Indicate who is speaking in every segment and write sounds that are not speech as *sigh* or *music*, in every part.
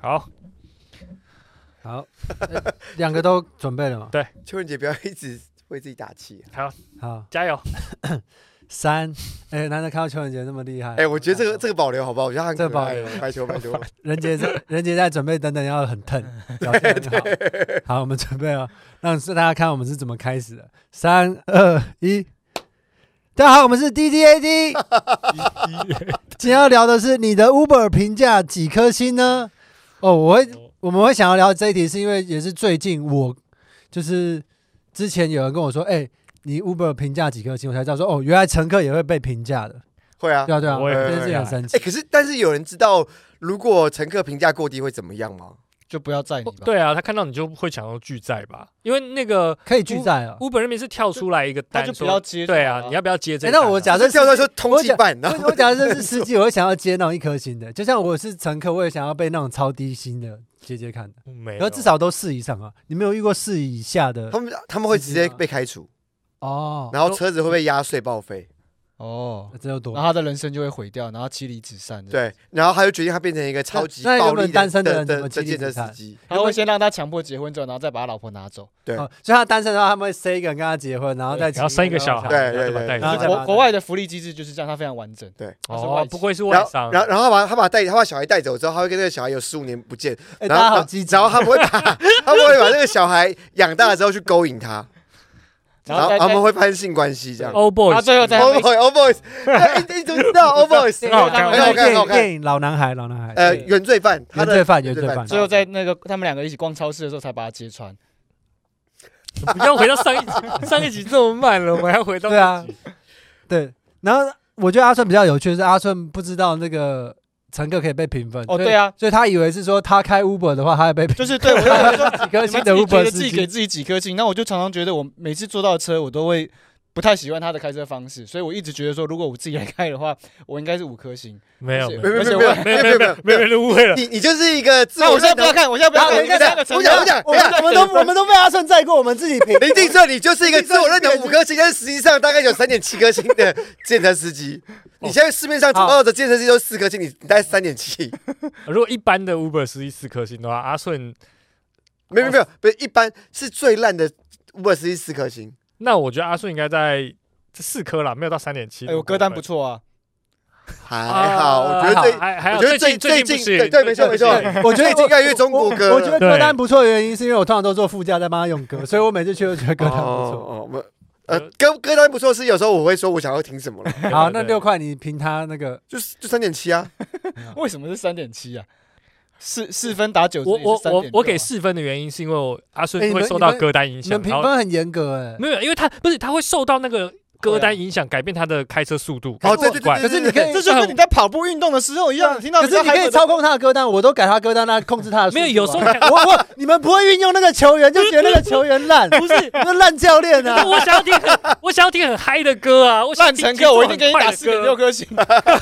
Speaker 1: 好，
Speaker 2: 好，呃两个都准备了吗？
Speaker 3: 邱文杰不要一直 *laughs* 为自己打气、啊。
Speaker 2: 好，
Speaker 1: 加油！
Speaker 2: 三，哎，难得看到邱文杰那么厉害。
Speaker 3: 哎、我觉得这个这个保留好不好？我觉得他很
Speaker 2: 这个
Speaker 3: 可
Speaker 2: 保
Speaker 3: 爱
Speaker 2: 留
Speaker 3: 拜托拜托。
Speaker 2: 任杰在任杰在准备，等等要很疼，表现很好。好，我们准备了，让大家看我们是怎么开始的。三二一，大家好，我们是 D D A D，今天要聊的是你的 Uber 评价几颗星呢？哦，我会我们会想要聊这一题，是因为也是最近我就是之前有人跟我说，哎、你 Uber 评价几颗星，我才知道说，哦，原来乘客也会被评价的。
Speaker 3: *laughs* 会啊，
Speaker 2: 对啊对啊，
Speaker 1: 我也
Speaker 2: 这
Speaker 3: 会
Speaker 2: 件事情很
Speaker 1: 这样
Speaker 2: 神奇
Speaker 3: 哎、。可是但是有人知道，如果乘客评价过低会怎么样吗？
Speaker 4: 就不要载你吧。
Speaker 1: 对啊，他看到你就会想要拒载吧，因为那个
Speaker 2: 可以拒载啊。
Speaker 1: Uber 那边是跳出来一个
Speaker 4: 他
Speaker 1: 单
Speaker 4: 就不
Speaker 1: 说
Speaker 4: 要接就好
Speaker 1: 对
Speaker 4: 了。
Speaker 1: 啊，你要不要接这
Speaker 2: 哎、
Speaker 1: 个单啊？
Speaker 2: 那我假
Speaker 3: 假设
Speaker 2: 设
Speaker 3: 跳到说通
Speaker 2: 我
Speaker 3: 缉
Speaker 2: 讲
Speaker 3: 犯，然后
Speaker 2: 我我假设是司机，我会想要接那种一颗星的，就像我是乘客，我也想要被那种超低薪的接接看的。
Speaker 1: 没
Speaker 2: 然后
Speaker 1: 有，
Speaker 2: 至少都四以上啊，你没有遇过四以下的
Speaker 3: 他们他们会直接被开除，
Speaker 2: 哦？
Speaker 3: 然后车子会被压碎报废。
Speaker 4: 哦，
Speaker 2: 这又多
Speaker 4: 然后他的人生就会毁掉，然后妻离子散。，
Speaker 3: 对，然后他就决定他变成一个超级
Speaker 2: 那那
Speaker 3: 暴
Speaker 2: 原本
Speaker 3: 力
Speaker 2: 单身的
Speaker 3: 的
Speaker 2: 人怎
Speaker 3: 的
Speaker 2: 么
Speaker 3: 的
Speaker 2: 激励
Speaker 3: 建车
Speaker 2: 自
Speaker 3: 司
Speaker 2: 杀
Speaker 3: 机。
Speaker 4: 他会先让他强迫结婚之后，然后再把他老婆拿走。
Speaker 3: 对
Speaker 2: 哦，所以他单身的话，他们会生一个人跟他结婚，然后再
Speaker 1: 然后生一个小孩，
Speaker 3: 对
Speaker 1: 然后
Speaker 3: 对
Speaker 1: 再把
Speaker 3: 对
Speaker 1: 带
Speaker 2: 然后
Speaker 1: 走
Speaker 2: 再把
Speaker 4: 国
Speaker 2: 他
Speaker 4: 国外的福利机制就是这样，它非常完整。
Speaker 3: 对
Speaker 4: 它是
Speaker 1: 哦，
Speaker 4: 外籍
Speaker 1: 不愧是
Speaker 3: 然
Speaker 1: 外
Speaker 3: 后，
Speaker 1: 商，
Speaker 3: 然后，然后他把他把带他把小孩带走之后，他会跟这个小孩有十五年不见，
Speaker 2: 哎、
Speaker 3: 然
Speaker 2: 大家
Speaker 3: 后
Speaker 2: 好积极
Speaker 3: 然，后他们会把 *laughs* 他们会把这个小孩养大了之后去勾
Speaker 2: *laughs*
Speaker 3: 引他，然
Speaker 4: 然后
Speaker 3: 后
Speaker 4: 再
Speaker 3: 他们会发生性关系这样。
Speaker 1: o boy，
Speaker 4: 他最后再
Speaker 3: Oh boy, oh boys，哎，你你怎么知道 Oh boys？
Speaker 1: 很好看
Speaker 3: 很好看
Speaker 2: 电
Speaker 3: 很好
Speaker 2: 影
Speaker 3: 看
Speaker 2: 电影《老男孩》，老男孩，
Speaker 3: 呃，
Speaker 4: 对
Speaker 3: 原罪犯，他
Speaker 2: 原
Speaker 3: 的
Speaker 2: 罪犯，原罪犯，
Speaker 4: 最后在那个他们两个一起逛超市的时候才把他揭穿。
Speaker 1: 不要回到上一集，上一集这么慢了，我们还要回到
Speaker 2: 对啊，对。然后我觉得阿顺比较有趣的是，阿顺不知道那个乘客可以被评分。
Speaker 4: 哦，
Speaker 2: 所以
Speaker 4: 对，啊，
Speaker 2: 所以他以为是说他开 Uber 的话，他会被评
Speaker 4: 就是 *laughs* 对我就觉得说
Speaker 2: 几颗
Speaker 4: 你
Speaker 2: 星的
Speaker 4: 们自己觉
Speaker 2: Uber
Speaker 4: 得
Speaker 2: 司
Speaker 4: 自己
Speaker 2: 机。
Speaker 4: 给自己几颗星，那我就常常觉得我每次坐到车，我都会不太喜欢他的开车方式，所以我一直觉得说，如果我自己来开的话， *laughs* 我应该是五颗星。
Speaker 1: 没有，
Speaker 4: 而且
Speaker 1: 没
Speaker 3: 没
Speaker 1: 有，没有，没
Speaker 3: 有没有没有
Speaker 1: 有，没有，没有人误会了。
Speaker 3: 你你就是一个自
Speaker 4: 那
Speaker 3: 我
Speaker 4: 我现在
Speaker 3: 认
Speaker 4: 不要
Speaker 3: 同。
Speaker 4: 看，我现在不要
Speaker 2: 然后等
Speaker 4: 看，
Speaker 2: 一下
Speaker 4: 三个乘
Speaker 3: 我想我
Speaker 4: 客，
Speaker 3: 想，
Speaker 2: 我
Speaker 3: 等一下
Speaker 2: 们我们都我们都被阿顺载过，我们自己 *laughs* 评。
Speaker 3: 林静顺，你就是一个自我认同五颗星，但是实际上大概有三点七颗星的建车司机。你现在市面上主要的建车司机都四颗星，你你大概三点七。
Speaker 1: 如果一般的 Uber 司机四颗星的话，阿顺，
Speaker 3: 没有没有没有，不是一般是最烂的五百司机四颗星。
Speaker 1: 那我觉得阿顺应该在这四颗啦，没有到三点七。
Speaker 4: 哎，我歌单不错啊，
Speaker 3: 还哎好，我觉得最
Speaker 1: 哦还还
Speaker 3: 我
Speaker 1: 好，
Speaker 3: 觉得
Speaker 1: 啊最
Speaker 3: 最
Speaker 1: 近
Speaker 3: 最
Speaker 1: 近
Speaker 3: 近
Speaker 1: 不行
Speaker 3: 对对没错没错
Speaker 1: 最近不行
Speaker 2: 我觉得
Speaker 3: 最近越来越中国歌
Speaker 2: 我
Speaker 3: 了
Speaker 2: 我觉得歌单不错的原因是因为我通常都坐副驾在帮他用歌，所以我每次去都觉得歌单不错。
Speaker 3: 哦，哦我呃歌歌单不错，是有时候我会说我想要听什么了，
Speaker 1: 对
Speaker 2: 好，
Speaker 1: 对
Speaker 2: 那
Speaker 1: 对
Speaker 2: 六块你评他那个，
Speaker 3: 就是就三点七啊。
Speaker 4: *laughs* 为什么是三点七啊？四四分打九，
Speaker 1: 我我
Speaker 4: 3.6
Speaker 1: 我我给
Speaker 4: 啊
Speaker 1: 四分的原因是因为我阿
Speaker 2: 哎
Speaker 1: 顺
Speaker 2: 你们
Speaker 1: 会受到歌单影
Speaker 2: 你
Speaker 1: 响
Speaker 2: 们，
Speaker 1: 然
Speaker 2: 评
Speaker 1: 后
Speaker 2: 分很严格哎。
Speaker 1: 没有，因为他不是他会受到那个歌
Speaker 4: 会啊
Speaker 1: 单影响，改变他的开车速度。
Speaker 3: 哦，对对对，
Speaker 2: 可是你可以
Speaker 1: 这
Speaker 4: 这就
Speaker 1: 很
Speaker 4: 跟你在跑步运动的时候一样，听到
Speaker 2: 可
Speaker 4: 比
Speaker 2: 是
Speaker 4: 较
Speaker 2: 你可以
Speaker 4: hyper 的
Speaker 2: 操控他的歌单，我都改他歌单，来控制他的速度啊。
Speaker 1: 没有有时候
Speaker 2: 我我你们不会运用那个球员，就觉得那个球员 *laughs* 烂，
Speaker 1: 不是，
Speaker 2: 那个烂教练啊。
Speaker 1: 我想要听很我想要听很嗨的歌啊，我想要
Speaker 4: 烂
Speaker 1: 听
Speaker 4: 乘
Speaker 1: 节奏
Speaker 4: 客，我一定给你
Speaker 1: 很快
Speaker 4: 打
Speaker 1: 的
Speaker 4: 四点
Speaker 1: 歌
Speaker 4: 六颗星。
Speaker 2: *laughs*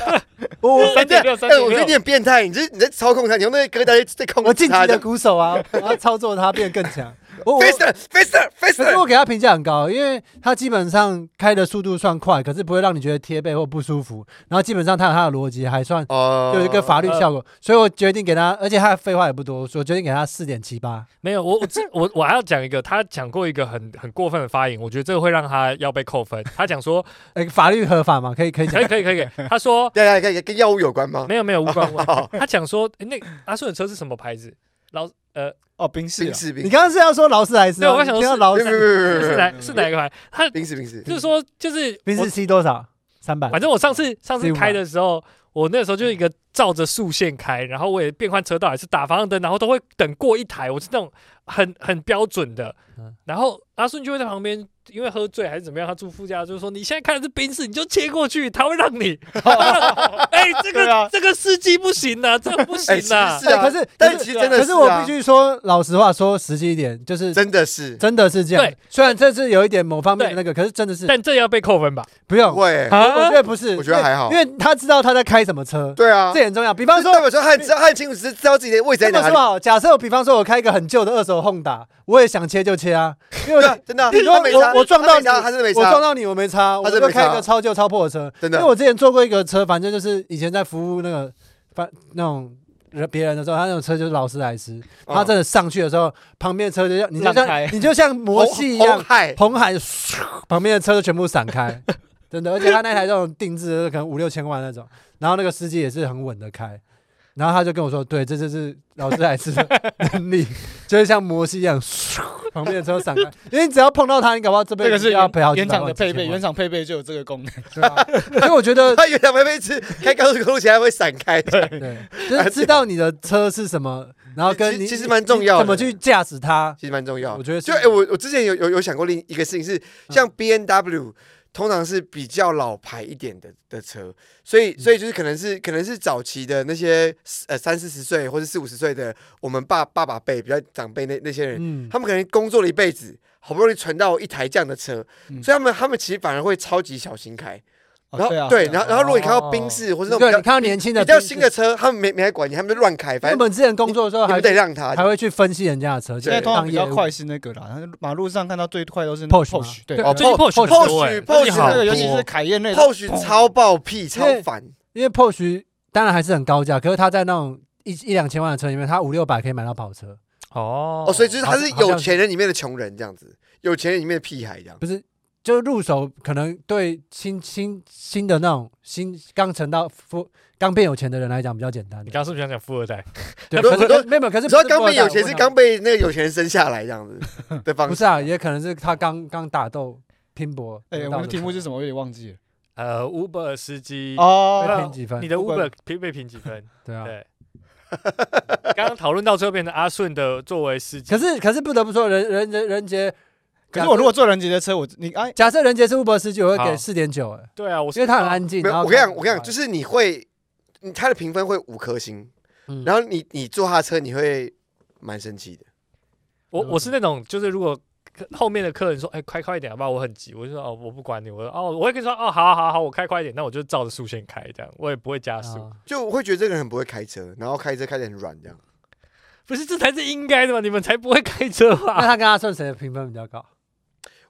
Speaker 2: 我我
Speaker 3: 哎
Speaker 4: 三
Speaker 3: 这样
Speaker 4: 点六，三
Speaker 3: 哎，
Speaker 4: 点
Speaker 3: 我觉得你
Speaker 4: 六。
Speaker 3: 很变态，你这你在操控他，你用那个歌单在控
Speaker 2: 我
Speaker 3: 制
Speaker 2: 晋
Speaker 3: 他
Speaker 2: 级
Speaker 3: 这
Speaker 2: 的
Speaker 3: 样。
Speaker 2: 鼓手啊，我要操作他变更强。我我
Speaker 3: Faster faster
Speaker 2: *laughs* 可是
Speaker 3: faster，
Speaker 2: 我给他评价很高，因为他基本上开的速度算快，可是不会让你觉得贴背或不舒服。然后基本上他有他的逻辑，还算
Speaker 3: 哦
Speaker 2: 有一个法律效果，所以我决定给他，而且他的废话也不多，我决定给他四点七八。
Speaker 1: 没有，我我这我我还要讲一个，他讲过一个很很过分的发言，我觉得这个会让他要被扣分。他讲说，
Speaker 2: 哎，法律合法嘛？可以可以
Speaker 1: 可
Speaker 2: 讲
Speaker 1: 以。可以可以，他说
Speaker 3: 对对，跟跟药物有关吗？
Speaker 1: 没有没有无关无关，他讲说、诶那阿顺的车是什么牌子？劳呃，
Speaker 4: *laughs* 哦，冰室
Speaker 3: 冰
Speaker 4: 啊，
Speaker 3: 士
Speaker 2: 你
Speaker 3: 冰，
Speaker 2: 刚刚是要说劳斯莱斯
Speaker 1: 对
Speaker 2: 吗？
Speaker 1: 我想
Speaker 2: 你
Speaker 1: 说
Speaker 2: 听到
Speaker 1: 是
Speaker 2: 劳
Speaker 3: 没
Speaker 2: 斯
Speaker 3: 有没有没有没
Speaker 1: 是
Speaker 3: 有，
Speaker 1: 哪是哪一个牌？他
Speaker 3: 冰士冰士
Speaker 1: 就是说就是
Speaker 2: 宾
Speaker 1: 我
Speaker 2: 士 C 多少？三百。
Speaker 1: 反正我上次上次
Speaker 2: 15
Speaker 1: 开的时候，我那时候就是一个照着速线开，然后我也变换车道，也是打方向灯，然后都会等过一台，我是那种很很标准的
Speaker 2: 嗯。
Speaker 1: 然后阿顺就会在旁边，因为喝醉还是怎么样，他住副驾，就是说你现在开的是宾士，你就切过去，他会让你。哎，这
Speaker 4: 对
Speaker 1: 个
Speaker 4: 啊
Speaker 1: 这个司机不行呐，这个不行
Speaker 3: 哎，其实
Speaker 1: 呐。
Speaker 3: 是啊，
Speaker 2: 可是
Speaker 3: 但其实真的
Speaker 2: 可
Speaker 3: 是
Speaker 2: 是我
Speaker 3: 啊
Speaker 2: 必须说老实话，说实际一点，就是
Speaker 3: 真的是
Speaker 2: 真的是这样
Speaker 1: 对。
Speaker 2: 虽然这是有一点某方面的那个，可是真的是
Speaker 1: 但这要被扣分吧？
Speaker 2: 不用。我
Speaker 3: 会，
Speaker 2: 我觉得不是，
Speaker 3: 啊我觉得还好
Speaker 2: 因为因为他知道他在开什么车，
Speaker 3: 对啊
Speaker 2: 这。也很重要。比方说
Speaker 3: 代，表说他很知道他很清楚知知道自己的位置在
Speaker 2: 这么
Speaker 3: 哪
Speaker 2: 说
Speaker 3: 里，
Speaker 2: 好，假设比方说我开一个很旧的二手 Honda，我也想切就切
Speaker 3: *laughs*
Speaker 2: 啊，因为
Speaker 3: 对啊
Speaker 2: 我。
Speaker 3: 真的啊，
Speaker 2: 你说
Speaker 3: 他没差
Speaker 2: 我我撞到
Speaker 3: 他没差
Speaker 2: 你
Speaker 3: 他真的没
Speaker 2: 我撞
Speaker 3: 差，
Speaker 2: 到你，我没差，我
Speaker 3: 他真
Speaker 2: 就
Speaker 3: 的没差
Speaker 2: 开一个超旧超破的车。
Speaker 3: 真
Speaker 2: 因为
Speaker 3: 的。
Speaker 2: 我之前坐过一个车，反正就是以前在服务那个，反那种人别人的时候，他那种车就是劳斯莱斯，
Speaker 3: 嗯
Speaker 2: 他真的上去的时候，旁边的车就像你就
Speaker 4: 让
Speaker 2: 像
Speaker 4: 开
Speaker 2: 你就像魔系一样 *laughs*
Speaker 3: 红，海
Speaker 2: 红海咻旁边的车就全部闪开，真的，而且他那台这种定制的可能五六千万那种，然后那个司机也是很稳的开，然后他就跟我说，对，这就是劳斯莱斯的 *laughs* 能力，就是像摩西一样，咻旁边的车闪开，因为你只要碰到他，你搞不好这辈
Speaker 4: 这
Speaker 2: 子
Speaker 4: 个是
Speaker 2: 要赔好几
Speaker 4: 原
Speaker 2: 百
Speaker 4: 厂
Speaker 2: 万
Speaker 4: 的配备，
Speaker 2: 几千
Speaker 4: 原
Speaker 2: 万
Speaker 4: 厂配备就有这个功能。
Speaker 2: 对啊所以我觉
Speaker 3: *laughs*
Speaker 2: 得
Speaker 3: 他原来会被吃，开高速公路前还会闪开，
Speaker 2: 对，就是知道你的车是什么，然后跟
Speaker 3: 其
Speaker 2: 你
Speaker 3: 其实蛮重要的
Speaker 2: 你怎么去驾驶它，
Speaker 3: 其实蛮重要
Speaker 2: 我。觉得是嗯
Speaker 3: 就哎、我我之前有有有想过另一个事情是，像 B N W 通常是比较老牌一点的的车，所
Speaker 2: 嗯
Speaker 3: 以所以就是可能是可能是早期的那些呃三四十岁或者四五十岁的我们爸爸爸辈比较长辈那那些人，
Speaker 2: 嗯，
Speaker 3: 他们可能工作了一辈子，好不容易存到一台这样的车，
Speaker 4: 嗯
Speaker 3: 所以他们他们其实反而会超级小心开。
Speaker 4: 哦
Speaker 3: 然后、
Speaker 4: 对啊，
Speaker 3: 对，然后然后如果你看到
Speaker 1: 哦
Speaker 3: 宾士或是那种
Speaker 2: 对，
Speaker 3: 比较
Speaker 2: 你看到年轻的
Speaker 3: 比较新的，车，他们没没来管你，他们就乱开，
Speaker 2: 因为
Speaker 3: 反
Speaker 2: 我
Speaker 3: 正
Speaker 2: 们之前工作的时候
Speaker 3: 你
Speaker 2: 还
Speaker 3: 们得让他
Speaker 2: 还会去分析人家的车，就
Speaker 4: 现在
Speaker 2: 是
Speaker 4: 通常
Speaker 2: 当
Speaker 4: 比
Speaker 2: 业
Speaker 4: 较
Speaker 2: 务
Speaker 4: 快是那个啦，它马路上看到最快都是
Speaker 2: Porsche 吗
Speaker 4: Porsche，对，
Speaker 2: 对
Speaker 1: 哦，最近
Speaker 3: Porsche-
Speaker 1: Porsche 很多欸
Speaker 3: Porsche-
Speaker 1: 而且好
Speaker 4: 那个尤其
Speaker 3: 多
Speaker 4: 是凯宴类的，
Speaker 3: 后续超爆屁，超
Speaker 2: 因为
Speaker 3: 烦。
Speaker 2: 因为 Porsche 当然还是很高价，可是他在那种一一两千万的车里面，他五六百可以买到跑车，
Speaker 1: 哦
Speaker 3: 哦，所以就是他
Speaker 2: 好
Speaker 3: 是
Speaker 2: 好
Speaker 3: 有
Speaker 2: 像
Speaker 3: 钱人里面的穷人这样子，有钱人里面的屁孩这样。
Speaker 2: 不是。就入手可能对新新新的那种新刚成到富刚变有钱的人来讲比较简单
Speaker 1: 你，刚刚是不是想讲富二代？
Speaker 2: 对，
Speaker 3: 很多
Speaker 2: 可是
Speaker 3: 很多
Speaker 2: 没有没有，可是
Speaker 3: 你知道
Speaker 2: 不是
Speaker 3: 刚被
Speaker 2: 富二代
Speaker 3: 有钱
Speaker 2: 我
Speaker 3: 是
Speaker 2: 想
Speaker 3: 刚被那个有钱人生下来这
Speaker 2: *laughs*
Speaker 3: 样子的方
Speaker 2: 不
Speaker 3: 式。
Speaker 2: 是啊，也可能是他刚刚打斗拼搏。
Speaker 4: 哎，我们的题目是
Speaker 2: 么？
Speaker 4: 什么？我有点忘记了。
Speaker 1: 呃，Uber 司机，
Speaker 4: 哦，
Speaker 2: 被评几分
Speaker 1: 你的
Speaker 4: Uber-
Speaker 1: Uber 评被评几分？
Speaker 2: 对啊。
Speaker 1: 对，刚刚讨论到最后变成阿顺的作为司机，
Speaker 2: 可是可是不得不说，人人人人杰，
Speaker 4: 可是我如果坐人杰的车，我你哎，
Speaker 2: 假设人杰是 Uber 司机，我会
Speaker 1: 好
Speaker 2: 给四点九，哎，
Speaker 1: 对啊，我是
Speaker 2: 因为他很安静。
Speaker 3: 没有，
Speaker 2: 然后
Speaker 3: 我跟你讲，我跟你讲，就是是你会，你他的评分会五颗星
Speaker 2: 嗯，
Speaker 3: 然后你你坐他的车，你会蛮生气的。
Speaker 2: 啊
Speaker 1: 我我是那种就是如果客后面的客人说，哎，开快一点好不好？我很急，我就说哦，我不管你，我说哦，我会跟你说哦，好好好好，我开快一点，那我就照着速线开，这样我也不会加速。
Speaker 2: 啊哦
Speaker 3: 就我会觉得这个人很不会开车，然后开车开得很软这样。
Speaker 1: *laughs* 不是，这才是应该的嘛，你们才不会开车
Speaker 2: 那
Speaker 1: 吧？
Speaker 2: 他跟阿顺谁的评分比较高？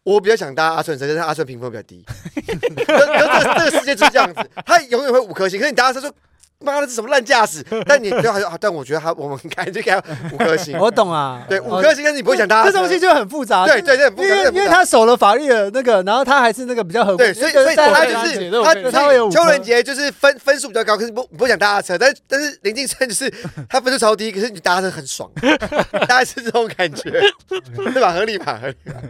Speaker 3: 我比较想搭阿顺车，但是阿顺评分比较
Speaker 2: *laughs*
Speaker 3: 低。这这这个世界就是这样子，他永远会五颗星，可是你搭他车说。妈的，这什么烂驾驶？但你对还说啊，但我觉得他我们开就给他五颗星，
Speaker 2: 我懂啊，
Speaker 3: 对，
Speaker 2: 我
Speaker 3: 五颗星，但是你不会想搭他
Speaker 2: 这
Speaker 3: 车
Speaker 2: 东西就很复杂。
Speaker 3: 对对对，不
Speaker 2: 因
Speaker 3: 可能
Speaker 2: 为
Speaker 3: 不可
Speaker 2: 因为
Speaker 3: 能
Speaker 2: 他守了法律的那个，然后他还是那个比较合规，
Speaker 3: 对，所以
Speaker 2: 就是
Speaker 3: 所以
Speaker 2: 在
Speaker 3: 他
Speaker 4: 这
Speaker 3: 就
Speaker 4: 样
Speaker 3: 是
Speaker 4: 子都有
Speaker 3: 他
Speaker 4: 被
Speaker 3: 就是
Speaker 2: 他会有五
Speaker 3: 邱
Speaker 2: 颗
Speaker 3: 仁杰就是分分数比较高，可是不不想搭他车，但是但是林敬胜就是他分数超低，可是你搭他车很爽， *laughs* 大概是这种
Speaker 2: *laughs*
Speaker 3: 感觉，对吧？合理吧？合理吧？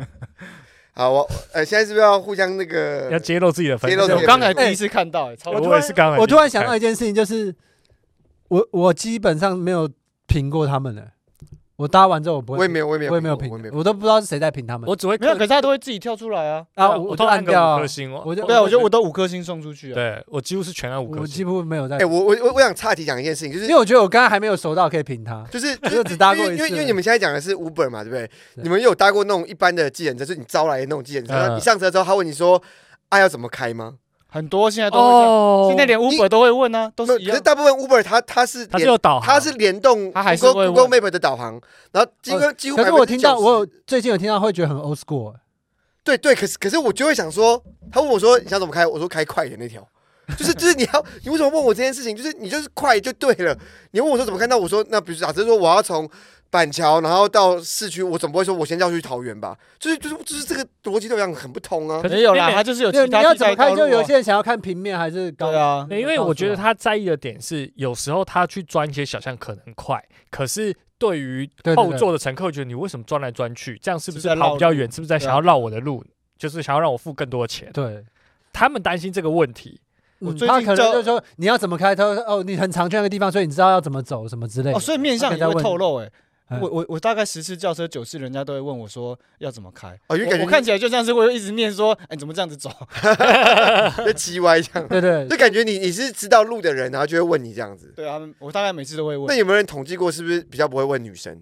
Speaker 3: 好，我呃现在是不是要互相那
Speaker 1: 要
Speaker 3: 个？
Speaker 1: 揭露自己的分
Speaker 3: 揭
Speaker 1: 数，
Speaker 3: 露自己
Speaker 4: 我
Speaker 1: 我
Speaker 3: 的
Speaker 4: 刚才第一次看到，哎，超
Speaker 1: 我也是刚才
Speaker 2: 我突然想
Speaker 1: 看
Speaker 2: 到一件事情，就是我我基本上没有评过他们的，我搭完之后我不会
Speaker 3: 我也没有，我也没有，
Speaker 2: 我也没有
Speaker 3: 评过，我也没
Speaker 2: 评，
Speaker 3: 有。
Speaker 2: 我都不知道是谁在评他们。
Speaker 1: 我只会
Speaker 4: 没有，
Speaker 1: 客
Speaker 4: 可是他都会自己跳出来啊。
Speaker 1: 对
Speaker 2: 啊，我
Speaker 1: 我
Speaker 2: 就
Speaker 1: 通常
Speaker 2: 按掉
Speaker 1: 个五
Speaker 2: 啊
Speaker 1: 颗，星，哦
Speaker 2: 我就
Speaker 4: 对啊，我觉得
Speaker 1: 我
Speaker 4: 我都五颗星送出去啊。
Speaker 1: 对我几乎是全按五颗
Speaker 2: 我
Speaker 1: 星
Speaker 2: 几。乎没有在
Speaker 3: 哎，，我我我我想岔题讲一件事情，就是
Speaker 2: 因为我觉得我刚刚还没有熟到可以评他。
Speaker 3: 就是
Speaker 2: 我
Speaker 3: 就
Speaker 2: 就是只搭过
Speaker 3: 因
Speaker 2: 一
Speaker 3: 为因为
Speaker 2: 次
Speaker 3: 因为你们现在讲的是 Uber 嘛，对不对？
Speaker 2: 对
Speaker 3: 你们有搭过那种一般的计程车，就是你招来的那种计程
Speaker 1: 嗯
Speaker 3: 车，然后你上车之后他问你说啊要怎么开吗？
Speaker 4: 很多现在都会这样，
Speaker 1: 哦
Speaker 4: 现在连 Uber 都会问啊，都
Speaker 3: 没有
Speaker 4: 是一
Speaker 3: 可
Speaker 4: 样
Speaker 3: 是。大部分 Uber 它它是
Speaker 1: 它是
Speaker 3: 连
Speaker 1: 有导航，
Speaker 3: 它是联动
Speaker 4: 它还是
Speaker 3: Google
Speaker 4: 会
Speaker 3: Google Map 的导航，然后几乎、几乎
Speaker 2: 哦可是我
Speaker 3: 90%
Speaker 2: 听到，我有最近有听到，会觉得很 old school，欸
Speaker 3: 对对，可是可是我就会想说，他问我说你想怎么开，我说开快一点那条，就是就是你要你为什么问我这件事情，就是你就是快就对了，你问我说怎么开，那我说那比如假设说我要从板桥然后到市区，我总不会说我先要去桃园吧，就是就是就是这个逻辑都一样很不通啊
Speaker 1: 可，是
Speaker 4: 没有
Speaker 1: 因
Speaker 4: 啦，
Speaker 1: 为
Speaker 4: 他就是有
Speaker 2: 没有
Speaker 4: 其
Speaker 2: 你
Speaker 4: 他
Speaker 2: 要
Speaker 4: 替
Speaker 2: 怎
Speaker 4: 代
Speaker 2: 么
Speaker 4: 道
Speaker 2: 看？
Speaker 4: 路
Speaker 2: 就有
Speaker 4: 啊。
Speaker 2: 些人想要看平面还是高
Speaker 4: 对，啊，
Speaker 1: 因为我觉得他在意的点是，有时候他去钻一些小巷可能快，可是对于
Speaker 2: 对对
Speaker 1: 后
Speaker 2: 对
Speaker 1: 座的乘客，会觉得你为什么钻来钻去？这样是不
Speaker 4: 是
Speaker 1: 是
Speaker 4: 在绕
Speaker 1: 跑比较远？是不是在
Speaker 4: 对啊
Speaker 1: 想要绕我的路？就是想要让我付更多的钱？
Speaker 2: 对。
Speaker 1: 他们担心这个问题。
Speaker 4: 我
Speaker 2: 嗯
Speaker 4: 最
Speaker 2: 他
Speaker 4: 近
Speaker 2: 可能
Speaker 4: 叫
Speaker 2: 就说你要怎么开，他说哦，你很常去那个地方，所以你知道要怎么走什么之类的。
Speaker 4: 哦，所以面
Speaker 2: 他
Speaker 4: 相
Speaker 2: 可
Speaker 4: 也
Speaker 2: 能在
Speaker 4: 会
Speaker 2: 问
Speaker 4: 透
Speaker 2: 你
Speaker 4: 露哎、
Speaker 2: 嗯
Speaker 4: 我我我大概十次叫车，九次人家都会问我说要怎么开。
Speaker 3: 哦，因为
Speaker 4: 我
Speaker 3: 感觉
Speaker 4: 我看起来就像是会一直念说，哎、你怎么这样子走？
Speaker 3: 在叽歪这样，
Speaker 2: *laughs* 对
Speaker 4: *laughs*
Speaker 2: 对，
Speaker 3: 就感觉你你是知道路的人，然后就会问你这样子。
Speaker 4: 对啊，他们我大概每次都会
Speaker 3: 那
Speaker 4: 问。
Speaker 3: 有没有人统计过，是不是比较不会问女生，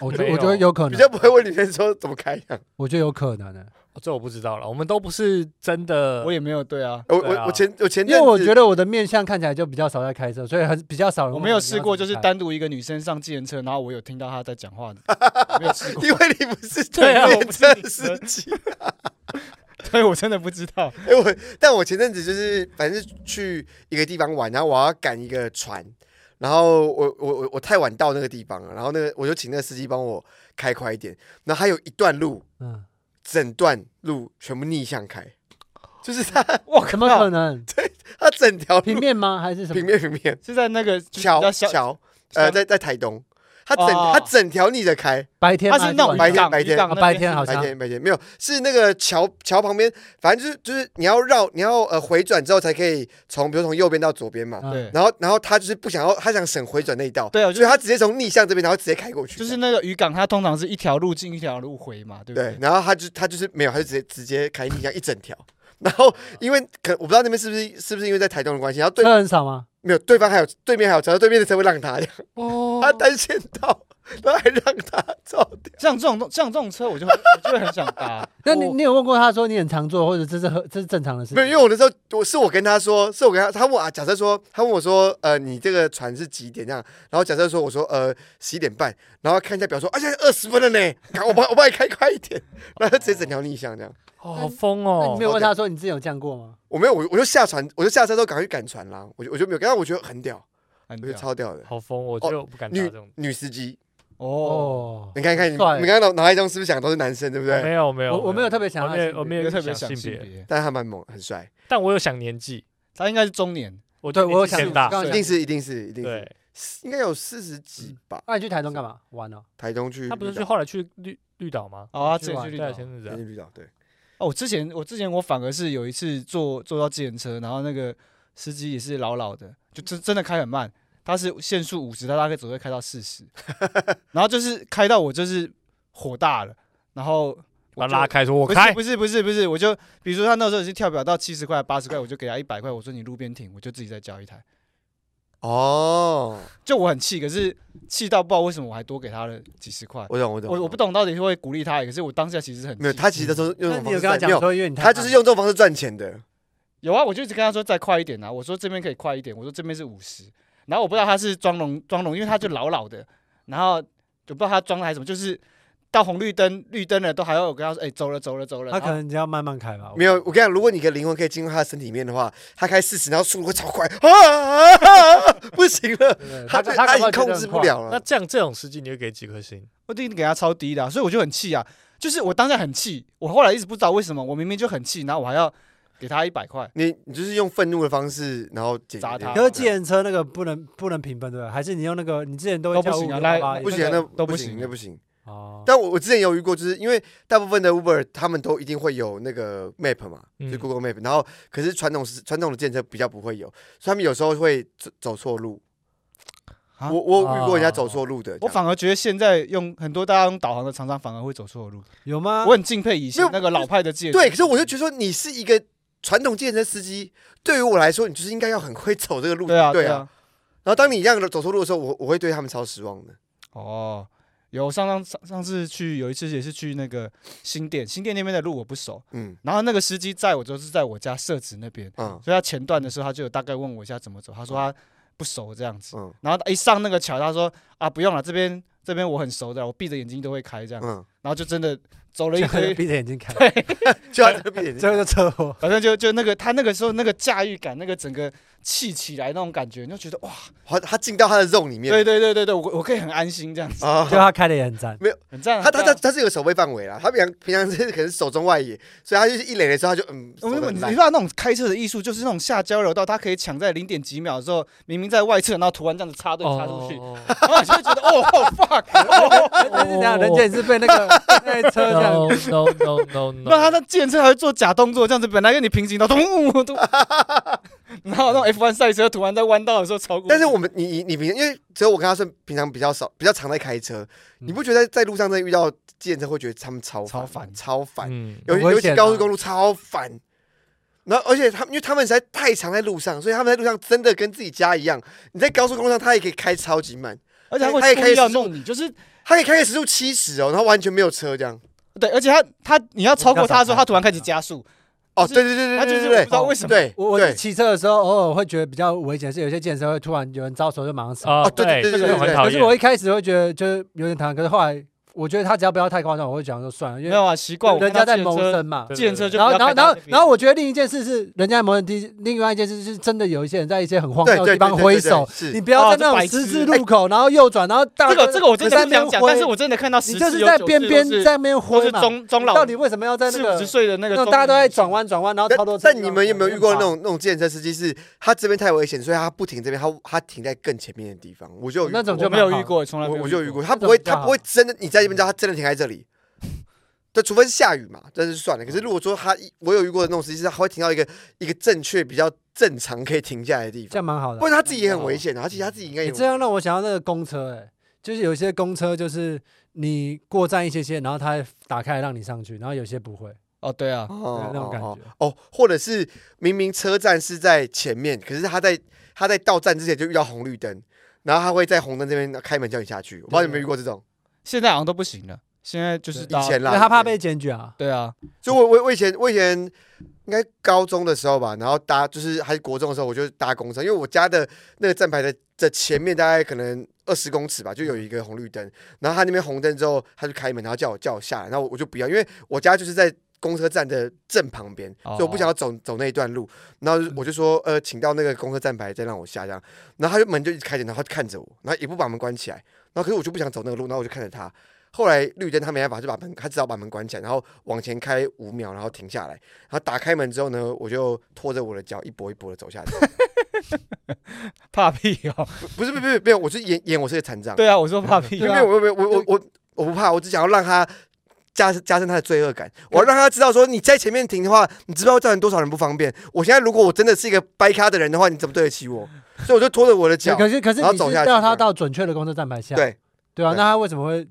Speaker 2: 我觉
Speaker 1: 没有
Speaker 2: 我觉得有可
Speaker 3: 比
Speaker 2: 能
Speaker 3: 较，不会问女生说怎么开这样？
Speaker 2: 我觉得有可能的，啊
Speaker 1: 哦这我不知道了，我们都不是真的
Speaker 4: 我。也没有对啊，
Speaker 3: 我
Speaker 1: 对啊
Speaker 3: 我我前我前
Speaker 2: 因为
Speaker 3: 阵
Speaker 2: 我
Speaker 3: 子
Speaker 2: 觉得我的面相看起来就比较少在开车，所以很比较少人问
Speaker 4: 我
Speaker 2: 我
Speaker 4: 没有试过，就是
Speaker 2: 你要怎么
Speaker 4: 单独一个女生上计程车，然后我有听到她在讲话的，我没有试过，
Speaker 3: 因为你不是
Speaker 1: 对啊
Speaker 3: 电
Speaker 1: 我不
Speaker 3: 车
Speaker 1: 是
Speaker 3: 司机。
Speaker 4: 所以我真的不知道。
Speaker 3: *laughs* 哎、我但我前阵子就是反正是去一个地方玩，然后我要赶一个船，然后我我我我太晚到那个地方了，然后那个我就请那个司机帮我开快一点，然后还有一段路，
Speaker 4: *laughs*
Speaker 2: 嗯，
Speaker 3: 整段路全部逆向开，就是他
Speaker 4: 我
Speaker 2: 怎么可
Speaker 4: *laughs*
Speaker 2: 能？
Speaker 3: 他整条
Speaker 2: 平
Speaker 3: 路
Speaker 2: 面吗？还是什
Speaker 3: 平
Speaker 2: 么？
Speaker 3: 面平面
Speaker 4: 是在那个就是比
Speaker 3: 桥
Speaker 4: 较小，
Speaker 3: 桥呃
Speaker 4: 小
Speaker 3: 在在台东，他整
Speaker 4: 哦
Speaker 3: 他整条逆着开，
Speaker 2: 白天
Speaker 4: 它
Speaker 2: 吗
Speaker 4: 是那种
Speaker 3: 白
Speaker 4: 渔
Speaker 3: 天
Speaker 4: 港
Speaker 3: 白天
Speaker 4: 渔港
Speaker 2: 啊
Speaker 4: 那
Speaker 2: 白
Speaker 4: 边
Speaker 2: 天
Speaker 4: 是
Speaker 2: 好
Speaker 4: 不
Speaker 3: 白
Speaker 4: 是
Speaker 2: 像
Speaker 3: 天白天没有，是那个桥桥旁边，反正就是就是你要绕，你要呃回转之后才可以从，比如从右边到左边嘛。
Speaker 2: 嗯
Speaker 4: 对，
Speaker 3: 然后然后他就是不想要，他想省回转那一道，
Speaker 4: 对啊就是
Speaker 3: 所以他直接从逆向这边，然后直接开过去，
Speaker 4: 就是那个渔港，它通常是一条路进一条路回嘛，对不
Speaker 3: 对
Speaker 4: 对。？
Speaker 3: 然后他就他就是没有，他就直接直接开逆向一整条。然后因为可我不知道那边是不是是不是因为在台东的关系，然后对
Speaker 2: 车很少吗？
Speaker 3: 没有对方还有对面还有车，对面的车会让他，
Speaker 2: 哦
Speaker 3: 他单线道，然后还让他走掉。
Speaker 4: 像这种像这种车，我就很我就会很想
Speaker 1: *laughs*
Speaker 4: 搭。哦
Speaker 2: 那你
Speaker 4: 我
Speaker 2: 你有问过他说你很常做，或者这是合这是正常的事
Speaker 3: 没有，因
Speaker 2: 情？
Speaker 3: 为我那时候我是我跟他说，是我跟他，他问我啊，假设说他问我说，呃，你这个船是几点这样？然后假设说我说呃十一点半，然后看一下表说，而且二十分了呢，赶我帮我帮你开快一点，然后就直接整条逆向这样。
Speaker 1: 哦，好疯哦
Speaker 2: 那！你没有问他说你之前有这样过吗？
Speaker 3: 我没有，我我就下船，我就下车之后赶快去赶船啦，我就我就没有，刚刚我觉得很屌，
Speaker 4: 很
Speaker 3: 我觉得
Speaker 4: 屌
Speaker 3: 超屌的，
Speaker 1: 好疯，我就不敢搭这种。
Speaker 3: 女司机，
Speaker 4: 哦，
Speaker 2: 哦，
Speaker 3: 你看看你，
Speaker 2: 帅
Speaker 3: 你刚刚脑脑海中是不是想都是男生，对不
Speaker 1: 哦没
Speaker 3: 对？
Speaker 1: 有没有，
Speaker 2: 我我没有特别想
Speaker 1: 我
Speaker 2: 要
Speaker 1: 没有我没
Speaker 4: 没
Speaker 1: 有
Speaker 4: 有特别想
Speaker 1: 想
Speaker 4: 性
Speaker 1: 别，
Speaker 4: 别，
Speaker 3: 但是他蛮猛，很帅，
Speaker 1: 但我有想年纪，
Speaker 4: 他应该是中年，
Speaker 1: 我
Speaker 2: 对啊我有想
Speaker 1: 年纪偏大，
Speaker 2: 刚
Speaker 3: 一
Speaker 2: 刚
Speaker 3: 定
Speaker 2: 想
Speaker 3: 是一定是一定是，
Speaker 1: 对，
Speaker 3: 应该有四十几吧，
Speaker 2: 那你去台东干嘛？玩哦，
Speaker 3: 台东去绿
Speaker 1: 他
Speaker 3: 岛，
Speaker 1: 不是去后来去绿绿岛吗？
Speaker 4: 哦，他
Speaker 2: 去
Speaker 4: 之前
Speaker 2: 玩
Speaker 4: 去绿
Speaker 1: 对啊，
Speaker 4: 岛。
Speaker 1: 前阵子
Speaker 3: 台
Speaker 1: 啊
Speaker 3: 东去绿岛，对，
Speaker 4: 哦，我之前我之前我反而是有一次坐坐到计程车，然后那个司机也是老老的，就真真的开很慢，他是限速五十，他大概只会开到
Speaker 3: *laughs*
Speaker 4: 四十，然后就是开到我就是火大了，然后我
Speaker 1: 把
Speaker 4: 就
Speaker 1: 他拉开说：“我
Speaker 4: 不
Speaker 1: 开
Speaker 4: 是。不是不是不是，我就比如说他那时候已经跳表到七十块八十块，我就给他一百块，我说你路边停，我就自己再交一台，
Speaker 3: 哦，
Speaker 4: 就我很气，可是气到不知道为什么我还多给他了几十块，
Speaker 3: 我懂我懂，
Speaker 4: 我我不懂到底会鼓励他，可是我当下其实很
Speaker 3: 没有，
Speaker 4: 气
Speaker 3: 他其实都是用这
Speaker 2: 那
Speaker 3: 种
Speaker 2: 你
Speaker 3: 方
Speaker 2: 有
Speaker 3: 式
Speaker 2: 跟他
Speaker 3: 赚，没
Speaker 2: 讲
Speaker 3: 有，
Speaker 2: 说，因为你太
Speaker 3: 他就是用这种方式赚钱的。
Speaker 4: 有啊，我就一直跟他说再快一点啊，我说这边可以快一点，我说这边是五十，然后我不知道他是装聋装聋，因为他就老老的，然后就不知道他装的还是什么，就是到红绿灯绿灯了都还要我跟他说，哎、走了走了走了，
Speaker 2: 他可
Speaker 4: 然后
Speaker 2: 能你要慢慢开吧。
Speaker 3: 没有，我跟你讲，如果你的灵魂可以进入他的身体里面的话，他开四十，然后速度会超快，啊，啊 *laughs* 不行了，
Speaker 2: 对，
Speaker 3: 他
Speaker 2: 他
Speaker 3: 就
Speaker 2: 他
Speaker 3: 他
Speaker 2: 搞
Speaker 3: 已
Speaker 2: 好觉
Speaker 3: 经
Speaker 2: 得
Speaker 3: 控制
Speaker 2: 很
Speaker 3: 不
Speaker 2: 快。
Speaker 3: 了
Speaker 1: 那
Speaker 3: 了。
Speaker 1: 这样这种司机你会给几颗星？
Speaker 4: 我一定给他超低的啊、所以我就很气啊，就是我当下很气，我后来一直不知道为什么，我明明就很气，然后我还要给他一百块，
Speaker 3: 你你就是用愤怒的方式，然后解决
Speaker 4: 砸他
Speaker 2: 可是
Speaker 3: 这
Speaker 2: 计
Speaker 3: 样
Speaker 2: 程车那个不能不能评分对吧？还是你用那个你之前都
Speaker 4: 都
Speaker 2: 会
Speaker 4: 不
Speaker 2: 叫
Speaker 4: 行啊
Speaker 2: Uber
Speaker 4: 来
Speaker 2: 吧
Speaker 4: 不
Speaker 3: 不
Speaker 2: 也
Speaker 3: 行，
Speaker 4: 那
Speaker 3: 那
Speaker 4: 个都
Speaker 3: 不
Speaker 4: 不
Speaker 3: 行，
Speaker 4: 行
Speaker 3: 那不行。
Speaker 2: 哦，
Speaker 3: 但我我之前有遇过，就是因为大部分的 Uber 他们都一定会有那个 Map 嘛，
Speaker 1: 嗯
Speaker 3: 就 Google Map，然后可是传统是传统的电车比较不会有，所以他们有时候会走走错路。
Speaker 4: 啊
Speaker 3: 我我有遇过人家走错路的，这
Speaker 4: 我
Speaker 3: 样
Speaker 4: 反而觉得现在用很多大家用导航的厂商反而会走错路，
Speaker 2: 有吗
Speaker 4: 我？很敬佩
Speaker 3: 啊
Speaker 4: 以
Speaker 3: 没
Speaker 4: 前
Speaker 3: 有
Speaker 4: 那个老派的界
Speaker 3: 对，可是我就觉得说你是一个传统健身司机，对于我来说，你就是应该要很会走这个路。
Speaker 4: 对啊
Speaker 3: 对
Speaker 4: 对
Speaker 3: 啊
Speaker 4: 啊。
Speaker 3: 然后当你这样走错路的时候，我我会对他们超失望的。
Speaker 4: 哦，有上上上上次去有一次也是去那个新店，新店那边的路我不熟，
Speaker 3: 嗯
Speaker 4: 然后那个司机载我就是在我家设置那边，
Speaker 3: 嗯
Speaker 4: 所以他前段的时候他就有大概问我一下怎么走，他说他不熟这样子，
Speaker 3: 嗯
Speaker 4: 然后一上那个桥他说啊不用了，这边这边我很熟的，我闭着眼睛都会开这样，
Speaker 3: 嗯，
Speaker 4: 然后就真的走了一堆，
Speaker 2: 闭着眼睛 *laughs* 开，
Speaker 3: 就要特
Speaker 4: *laughs*
Speaker 3: 别
Speaker 2: 最后就车祸。
Speaker 4: 反正就就那个他那个时候那个驾驭感，那个整个气起来那种感觉，你就觉得哇，
Speaker 3: 他他进到他的 zone 里面。
Speaker 4: 对对对对对，我我可以很安心这样子，
Speaker 3: 啊
Speaker 2: *laughs* 就，他开的也很 *laughs* 赞，
Speaker 4: 很赞啊。
Speaker 3: 他他他
Speaker 4: 很赞啊
Speaker 3: 他是有守备范围啦，他平常平常是可能手中外野，所以他就是一垒的时候他就嗯，
Speaker 4: 我
Speaker 3: 手
Speaker 4: 们
Speaker 3: 得
Speaker 4: 你
Speaker 3: 很
Speaker 4: 知
Speaker 3: 烂
Speaker 4: 道那种开车的艺术，就是那种下交流道，他可以抢在零点几秒的时候，明明在外侧，然后突然这样子插队插出去，
Speaker 3: 哦
Speaker 4: 然后你就会觉得哦哦 fuck，哦
Speaker 2: *laughs* 但是这样，人家也是被那个那台车这样，
Speaker 1: No no no no
Speaker 4: 那他
Speaker 1: no！
Speaker 4: 的健身还会做假动作，这样子本来跟你平行的，咚
Speaker 2: *laughs*
Speaker 4: 咚，然后那种 F1 赛车突然在弯道的时候超过，
Speaker 3: 但是我们你你你平因为只有我跟他是平常比较少比较常在开车，你不觉得在路上真的遇到健车会觉得他们超
Speaker 4: 超
Speaker 3: 烦
Speaker 4: 烦
Speaker 3: 超烦？
Speaker 1: 嗯，
Speaker 3: 尤
Speaker 2: 很
Speaker 3: 其
Speaker 2: 危
Speaker 3: 尤其
Speaker 2: 险
Speaker 3: 高
Speaker 2: 啊
Speaker 3: 速公路超烦。然后，而且他们，因为他们实在太常在路上，所以他们在路上真的跟自己家一样。你在高速公路上，他也可以开超级慢，
Speaker 4: 而且他
Speaker 3: 他也
Speaker 4: 会
Speaker 3: 开
Speaker 4: 故意
Speaker 3: 始
Speaker 4: 要弄你，就是
Speaker 3: 他可以开个时速七十哦，然后完全没有车这样。
Speaker 4: 对，而且他他你要超过他的时候，他突然开始加速，
Speaker 3: 哦，
Speaker 4: 就
Speaker 3: 对
Speaker 4: 是
Speaker 3: 对对
Speaker 4: 他
Speaker 3: 对
Speaker 4: 就
Speaker 3: 对对
Speaker 4: 是我不
Speaker 3: 对
Speaker 4: 知道为什么，
Speaker 3: 对，
Speaker 2: 我我
Speaker 3: 对
Speaker 2: 骑车的时候，偶尔会觉得比较危险，是有些健身会突然有人招手就马上死。
Speaker 1: 啊，
Speaker 3: 哦对对对
Speaker 1: 这
Speaker 3: 对
Speaker 1: 个
Speaker 3: 对
Speaker 1: 很
Speaker 3: 对
Speaker 1: 讨
Speaker 2: 可是我
Speaker 1: 厌。
Speaker 2: 一开始会觉得就是有点疼，可是后来我觉得他只要不要太夸张，我会讲说算了，因
Speaker 4: 没
Speaker 2: 为
Speaker 4: 有啊，习惯我
Speaker 2: 人
Speaker 4: 看
Speaker 2: 家
Speaker 4: 到
Speaker 2: 在
Speaker 4: 计程
Speaker 2: 谋
Speaker 4: 车
Speaker 2: 生嘛
Speaker 1: 对。
Speaker 4: 计程车就
Speaker 2: 然后，
Speaker 4: 不
Speaker 2: 然
Speaker 4: 要
Speaker 2: 后，
Speaker 4: 开
Speaker 2: 然
Speaker 4: 到
Speaker 2: 后
Speaker 4: 那，边
Speaker 2: 然后，我觉得另一件事是，人家某人第另外一件事是，真的有一些人在一些很荒
Speaker 3: 对
Speaker 2: 谬
Speaker 3: 对
Speaker 2: 的地
Speaker 3: 对
Speaker 2: 方
Speaker 3: 对对
Speaker 2: 挥
Speaker 3: 对
Speaker 2: 手，
Speaker 3: 是
Speaker 2: 你不要在
Speaker 4: 哦
Speaker 2: 那
Speaker 4: 这
Speaker 2: 种
Speaker 4: 白
Speaker 2: 十
Speaker 4: 痴
Speaker 2: 字路口，然后右转，然后大
Speaker 4: 这个这个我真的
Speaker 2: 在那
Speaker 4: 不想
Speaker 2: 边
Speaker 4: 讲，但是
Speaker 2: 挥
Speaker 4: 我真的看到十
Speaker 2: 你
Speaker 4: 字
Speaker 2: 就是
Speaker 4: 有
Speaker 2: 在
Speaker 4: 九
Speaker 2: 边
Speaker 4: 字都
Speaker 2: 边
Speaker 4: 是
Speaker 2: 在那边
Speaker 4: 都
Speaker 2: 挥
Speaker 4: 是
Speaker 2: 嘛。
Speaker 4: 中中
Speaker 2: 你
Speaker 4: 老
Speaker 2: 到底为什么要在那
Speaker 4: 四五
Speaker 2: 个
Speaker 4: 十？岁的那个
Speaker 2: 那
Speaker 4: 中
Speaker 2: 种大家都在转
Speaker 4: 年
Speaker 2: 弯转弯，然后超多
Speaker 3: 但
Speaker 2: 车。
Speaker 3: 但你们有没有遇过那种那种健身司机是他这边太危险，所以他不停这边，他他停在更前面的地方？我就有遇
Speaker 2: 那种
Speaker 4: 轻
Speaker 2: 就
Speaker 4: 我没
Speaker 2: 蛮
Speaker 4: 有
Speaker 2: 好
Speaker 4: 遇过，从来
Speaker 3: 我
Speaker 4: 没
Speaker 3: 我就有遇
Speaker 4: 遇过。
Speaker 3: 过，他不会
Speaker 2: 那种比较
Speaker 3: 他
Speaker 2: 好
Speaker 3: 不会真的你在这边，叫他真的停在这里。对，除非是下雨嘛，但是算了。可是如果说他一，我有遇过的那种司机，是他会停到一个一个正确、比较正常可以停下来的地
Speaker 2: 这
Speaker 3: 方，
Speaker 2: 样蛮好的
Speaker 3: 不。然他自己也很危险的。而且他自己应该
Speaker 2: 你
Speaker 3: 也
Speaker 2: 这样让我想到那个公车、哎，就是有些公车就是你过站一些些，然后它打开让你上去，然后有些不会，
Speaker 4: 哦，对啊，
Speaker 3: 哦
Speaker 2: 那种感觉
Speaker 3: 哦哦，或者是明明车站是在前面，可是他在他在到站之前就遇到红绿灯，然后他会在红灯这边开门叫你下去。我不知道你有没有遇过这种，
Speaker 4: 现在好像都不行了，现在就是
Speaker 3: 以
Speaker 4: 大家
Speaker 3: 前
Speaker 2: 因
Speaker 3: 啦，
Speaker 2: 为他怕
Speaker 3: 以前
Speaker 2: 被检举啊。
Speaker 4: 对啊，
Speaker 3: 就我我我以前我以前应该高中的时候吧，然后搭就是还是国中的时候，我就搭公车，因为我家的那个站牌的的前面大概可能二十公尺吧，就有一个红绿灯，然后他那边红灯之后，他就开门，然后叫我叫我下来，然后我就不要，因为我家就是在。公车站的正旁边，
Speaker 4: 哦
Speaker 3: 所以我不想要走走那一段路，然后我就说，呃，请到那个公车站牌再让我下这样，然后他就门就一直开着，然后他就看着我，然后也不把门关起来，然后可是我就不想走那个路，然后我就看着他，后来绿灯他没办法，就把门，他只好把门关起来，然后往前开五秒，然后停下来，然后打开门之后呢，我就拖着我的脚一跛一跛的走下去。 *laughs*
Speaker 4: 怕屁哦，
Speaker 3: 不是，不是，不是，没有，我是演演我是个残障，
Speaker 4: 对啊，我说怕屁
Speaker 3: 因为
Speaker 4: 啊
Speaker 3: 没有，，我没有，我我我我不怕，我只想要让他加加深他的罪恶感，我要让他知道说你在前面停的话，你知不知道造成多少人不方便？我现在如果我真的是一个掰咖的人的话，你怎么对得起我？所以我就拖着我的
Speaker 4: *laughs*
Speaker 3: 脚，
Speaker 2: 可是可是
Speaker 3: 然后
Speaker 2: 你
Speaker 3: 走
Speaker 2: 是
Speaker 3: 下去
Speaker 2: 叫他到准确的公车站牌下，
Speaker 3: 对
Speaker 2: 对啊，
Speaker 3: 对
Speaker 2: 那他为什么会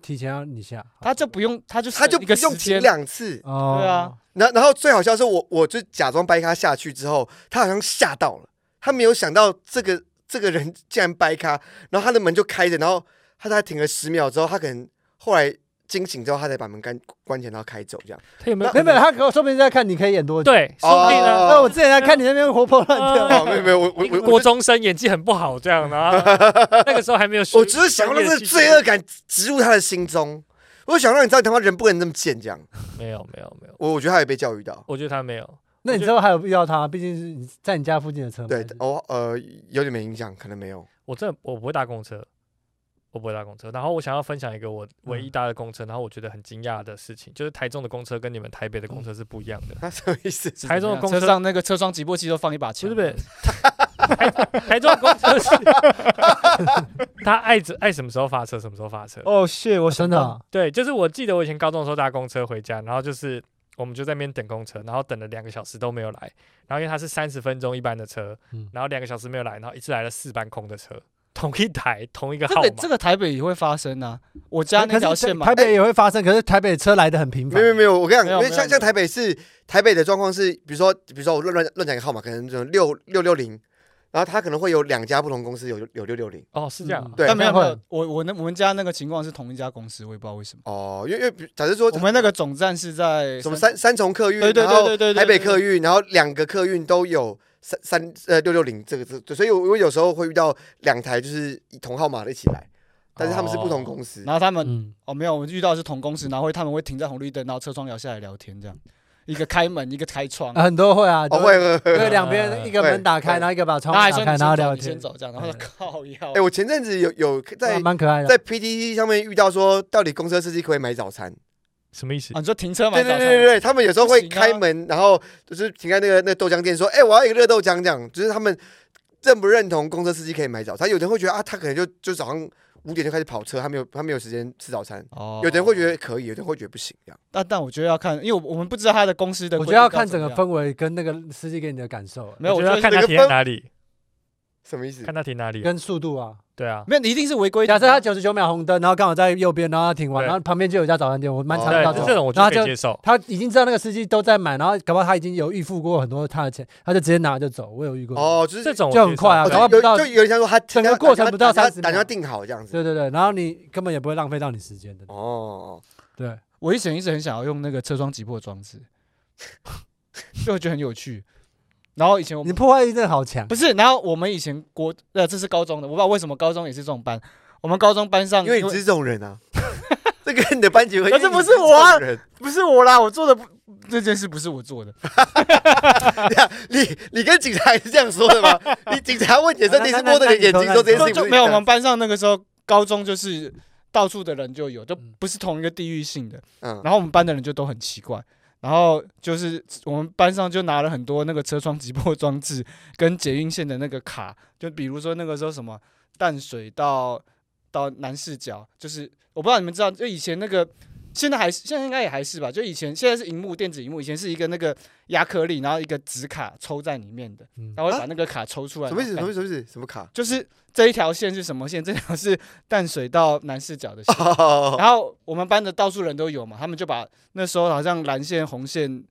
Speaker 2: 提前让你下？
Speaker 4: 他就不用，他就是
Speaker 3: 他就
Speaker 4: 一
Speaker 3: 不
Speaker 4: 个时
Speaker 3: 用停
Speaker 4: 间，
Speaker 3: 两次，
Speaker 2: 哦
Speaker 4: 对啊，
Speaker 3: 然然后最好笑的是我，我就假装掰咖下去之后，他好像吓到了，他没有想到这个这个人竟然掰咖，然后他的门就开着，然后他大概停了十秒之后，他可能后来惊醒之后，他才把门关关起来，然后开走这样。
Speaker 1: 他有没有
Speaker 2: 没
Speaker 1: 可
Speaker 2: 有没有，
Speaker 1: 能？
Speaker 2: 他可说不定在看你可以演多久。，哦
Speaker 1: 对，说不定呢。
Speaker 2: 那我之前在看你那边活泼乱跳，
Speaker 4: 呃
Speaker 3: 哦，没有没有，我我我
Speaker 1: 国中生演技很不好，这样，
Speaker 3: *laughs*
Speaker 1: 然后那个时候还没有学，
Speaker 3: 我只是想要让这个罪恶感植入他的心中，我想让你知道你他妈人不能那么贱这样。
Speaker 1: 没有没有没有，
Speaker 3: 我我觉得他也被教育到，
Speaker 1: 我觉得他没有，
Speaker 2: 那你之后还有遇到他？毕竟是你在你家附近的车嘛。还
Speaker 3: 对
Speaker 2: 是，
Speaker 3: 哦呃有点没影响，可能没有。
Speaker 1: 我真的我不会搭公车，我不会搭公车。然后我想要分享一个我唯
Speaker 3: 嗯
Speaker 1: 一搭的公车，然后我觉得很惊讶的事情，就是台中的公车跟你们台北的公车是不一样的。
Speaker 3: 他什么意思？
Speaker 1: 台中的公车
Speaker 4: 车上那个车窗击破器都放一把
Speaker 1: 不
Speaker 4: 枪，
Speaker 1: 是不是，台台中的公车 *laughs* 是，他爱着爱什么时候发车什么时候发车。
Speaker 4: 哦，谢我
Speaker 2: 哦真的啊，
Speaker 1: 对，就是我记得我以前高中的时候搭公车回家，然后就是我们就在那边等公车，然后等了两个小时都没有来，然后因为它是三十分钟一班的车，
Speaker 2: 嗯
Speaker 1: 然后两个小时没有来，然后一次来了四班空的车，同一台同一个
Speaker 4: 这
Speaker 1: 号码
Speaker 4: 个，这个台北也会发生啊，我家那
Speaker 2: 哎可
Speaker 4: 条
Speaker 2: 是
Speaker 4: 线嘛
Speaker 2: 台，
Speaker 3: 哎
Speaker 2: 北也会发生，可是台北车来的很频
Speaker 3: 没
Speaker 2: 繁。
Speaker 3: 有没有，我跟你
Speaker 4: 没
Speaker 3: 讲，
Speaker 4: 有
Speaker 3: 因为
Speaker 4: 没有
Speaker 3: 像像
Speaker 4: 没有
Speaker 3: 台北市，台北的状况是，比如说比如说我乱乱乱讲一个号码，可能就六六六零，然后它可能会有两家不同公司有有六六零
Speaker 1: 哦是这样啊、
Speaker 2: 嗯
Speaker 3: 对
Speaker 4: 但没有没
Speaker 2: 应该
Speaker 4: 有
Speaker 2: 会，
Speaker 4: 我我那我们家那个情况是同一家公司，我也不知道为什么，
Speaker 3: 哦，因为因为比假设说
Speaker 4: 我们那个总站是在
Speaker 3: 什么三三重客运，
Speaker 4: 对对
Speaker 3: 然后
Speaker 4: 对对对对
Speaker 3: 台北
Speaker 4: 对
Speaker 3: 客运，然后两个客运都有三三呃六六零这个这，所以我我有时候会遇到两台就是同号码的一起来，但是他们是不同公司。
Speaker 4: 然后他们
Speaker 2: 嗯，
Speaker 4: 哦，没有，我们遇到的是同公司，然后会他们会停在红绿灯，然后车窗摇下来聊天，这样一个开门，一个开窗，
Speaker 2: 啊很多会啊，
Speaker 3: 哦，
Speaker 2: 就
Speaker 3: 会会会。
Speaker 2: 对，两边一个门打开，
Speaker 3: 对
Speaker 2: 然后一个把窗
Speaker 4: 呃然后还
Speaker 2: 户打开，
Speaker 4: 说你先
Speaker 2: 然后
Speaker 4: 走
Speaker 2: 聊
Speaker 4: 你
Speaker 2: 天
Speaker 4: 先，走这样，然后说靠腰
Speaker 3: 哎，，我前阵子有有
Speaker 2: 对啊
Speaker 3: 在
Speaker 2: 蛮可爱的
Speaker 3: 在。PTT 上面遇到说，到底公车司机可不可以买早餐？
Speaker 1: 什么意思
Speaker 4: 啊，？你说停车嘛，
Speaker 3: 对对对对对，他们有时候会
Speaker 2: 啊
Speaker 3: 开门，然后就是停在那个那个豆浆店说：“哎、我要一个热豆浆。”这样，就是他们认不认同公车司机可以买早餐？有的人会觉得啊，他可能就就早上五点就开始跑车，他没有他没有时间吃早餐。
Speaker 4: 哦
Speaker 3: 有的人会觉得可以，有的人会觉得不行。这样，
Speaker 4: 但但我觉得要看，因为我我们不知道他的公司的，
Speaker 2: 我觉得要看整个，氛围跟那个司机给你的感受，啊
Speaker 4: 没有，
Speaker 1: 我
Speaker 4: 我
Speaker 1: 觉
Speaker 4: 觉
Speaker 1: 得要
Speaker 4: 得
Speaker 1: 看
Speaker 4: 看
Speaker 1: 他
Speaker 3: 这个
Speaker 1: 停在
Speaker 3: 分
Speaker 1: 哪里，
Speaker 3: 什么意思？
Speaker 1: 看他停哪里啊。
Speaker 2: 跟速度啊。
Speaker 1: 对啊，
Speaker 4: 没有，你一定是违规停
Speaker 2: 假
Speaker 4: 啊。
Speaker 2: 设他九十九秒红灯，然后刚好在右边，然后他停完，
Speaker 1: 对
Speaker 2: 然后旁边就有一家早餐店，我蛮常遇
Speaker 3: 看
Speaker 2: 到
Speaker 3: 他
Speaker 1: 对，
Speaker 2: 这
Speaker 1: 这
Speaker 2: 种。
Speaker 1: 种我就
Speaker 2: 然后
Speaker 1: 可以
Speaker 2: 啊就
Speaker 1: 接受。
Speaker 2: 他已经知道那个司机都在买，然后搞不好他已经有预付过很多他的钱，他就直接拿就走。我有遇过，
Speaker 3: 哦，就是
Speaker 1: 这种我
Speaker 2: 就很
Speaker 1: 接受
Speaker 2: 快啊
Speaker 3: 哦，
Speaker 2: 搞不好
Speaker 3: 就
Speaker 2: 不
Speaker 3: 有
Speaker 2: 到
Speaker 3: 就有点像说他
Speaker 2: 整个过程不到
Speaker 3: 打电话
Speaker 2: 30秒嗯
Speaker 3: 打电话定好这样子。
Speaker 2: 对对对，然后你根本也不会浪费到你时间的。
Speaker 3: 哦哦，
Speaker 2: 对，
Speaker 4: 我以前一直很想要用那个车窗击破装置， *laughs* 因为我觉得很有趣。然后以前我们。
Speaker 2: 你破坏力真的好强
Speaker 4: 不。是，然后我们以前国
Speaker 2: 嗯
Speaker 4: 呃，这是高中的，我不知道为什么高中也是这种班。我们高中班上
Speaker 3: 因为你是这种人啊， *laughs* 这跟你的班级会，
Speaker 4: 可是不是我啊
Speaker 3: 因为
Speaker 4: 不是我啦，我做的不这件事不是我做的，
Speaker 3: 你是这种人你你跟警察也是这样说的吗？ *laughs* 你警察问你的时
Speaker 2: *laughs*
Speaker 3: 候，
Speaker 2: 那
Speaker 3: 你
Speaker 2: 那
Speaker 3: 是摸着你的眼睛说这件事
Speaker 4: 就
Speaker 3: 情不
Speaker 4: 就是没有我
Speaker 3: 你的
Speaker 4: 们班上那个时候高中就是到处的人就有，就
Speaker 1: 嗯
Speaker 4: 不是同一个地域性的。
Speaker 3: 嗯，
Speaker 4: 然后我们班的人就都很奇怪，然后就是我们班上就拿了很多那个车窗击破装置跟捷运线的那个卡，就比如说那个时候什么淡水到到南市角，就是我不知道你们知道，就以前那个。现在还是现在应该也还是吧，就以前现在是荧幕电子荧幕，以前是一个那个亚克力，然后一个纸卡抽在里面的，
Speaker 1: 嗯
Speaker 4: 然后会
Speaker 3: 啊
Speaker 4: 把那个卡抽出来。
Speaker 3: 什么意思？
Speaker 4: 然
Speaker 3: 什
Speaker 4: 后
Speaker 3: 么意
Speaker 4: 看
Speaker 3: 思？什么意思？什么卡？
Speaker 4: 就是这一条线是什么线？这条是淡水到南市角的线。
Speaker 3: 哦，
Speaker 4: 然后我们班的到处人都有嘛，他们就把那时候好像蓝线、红线、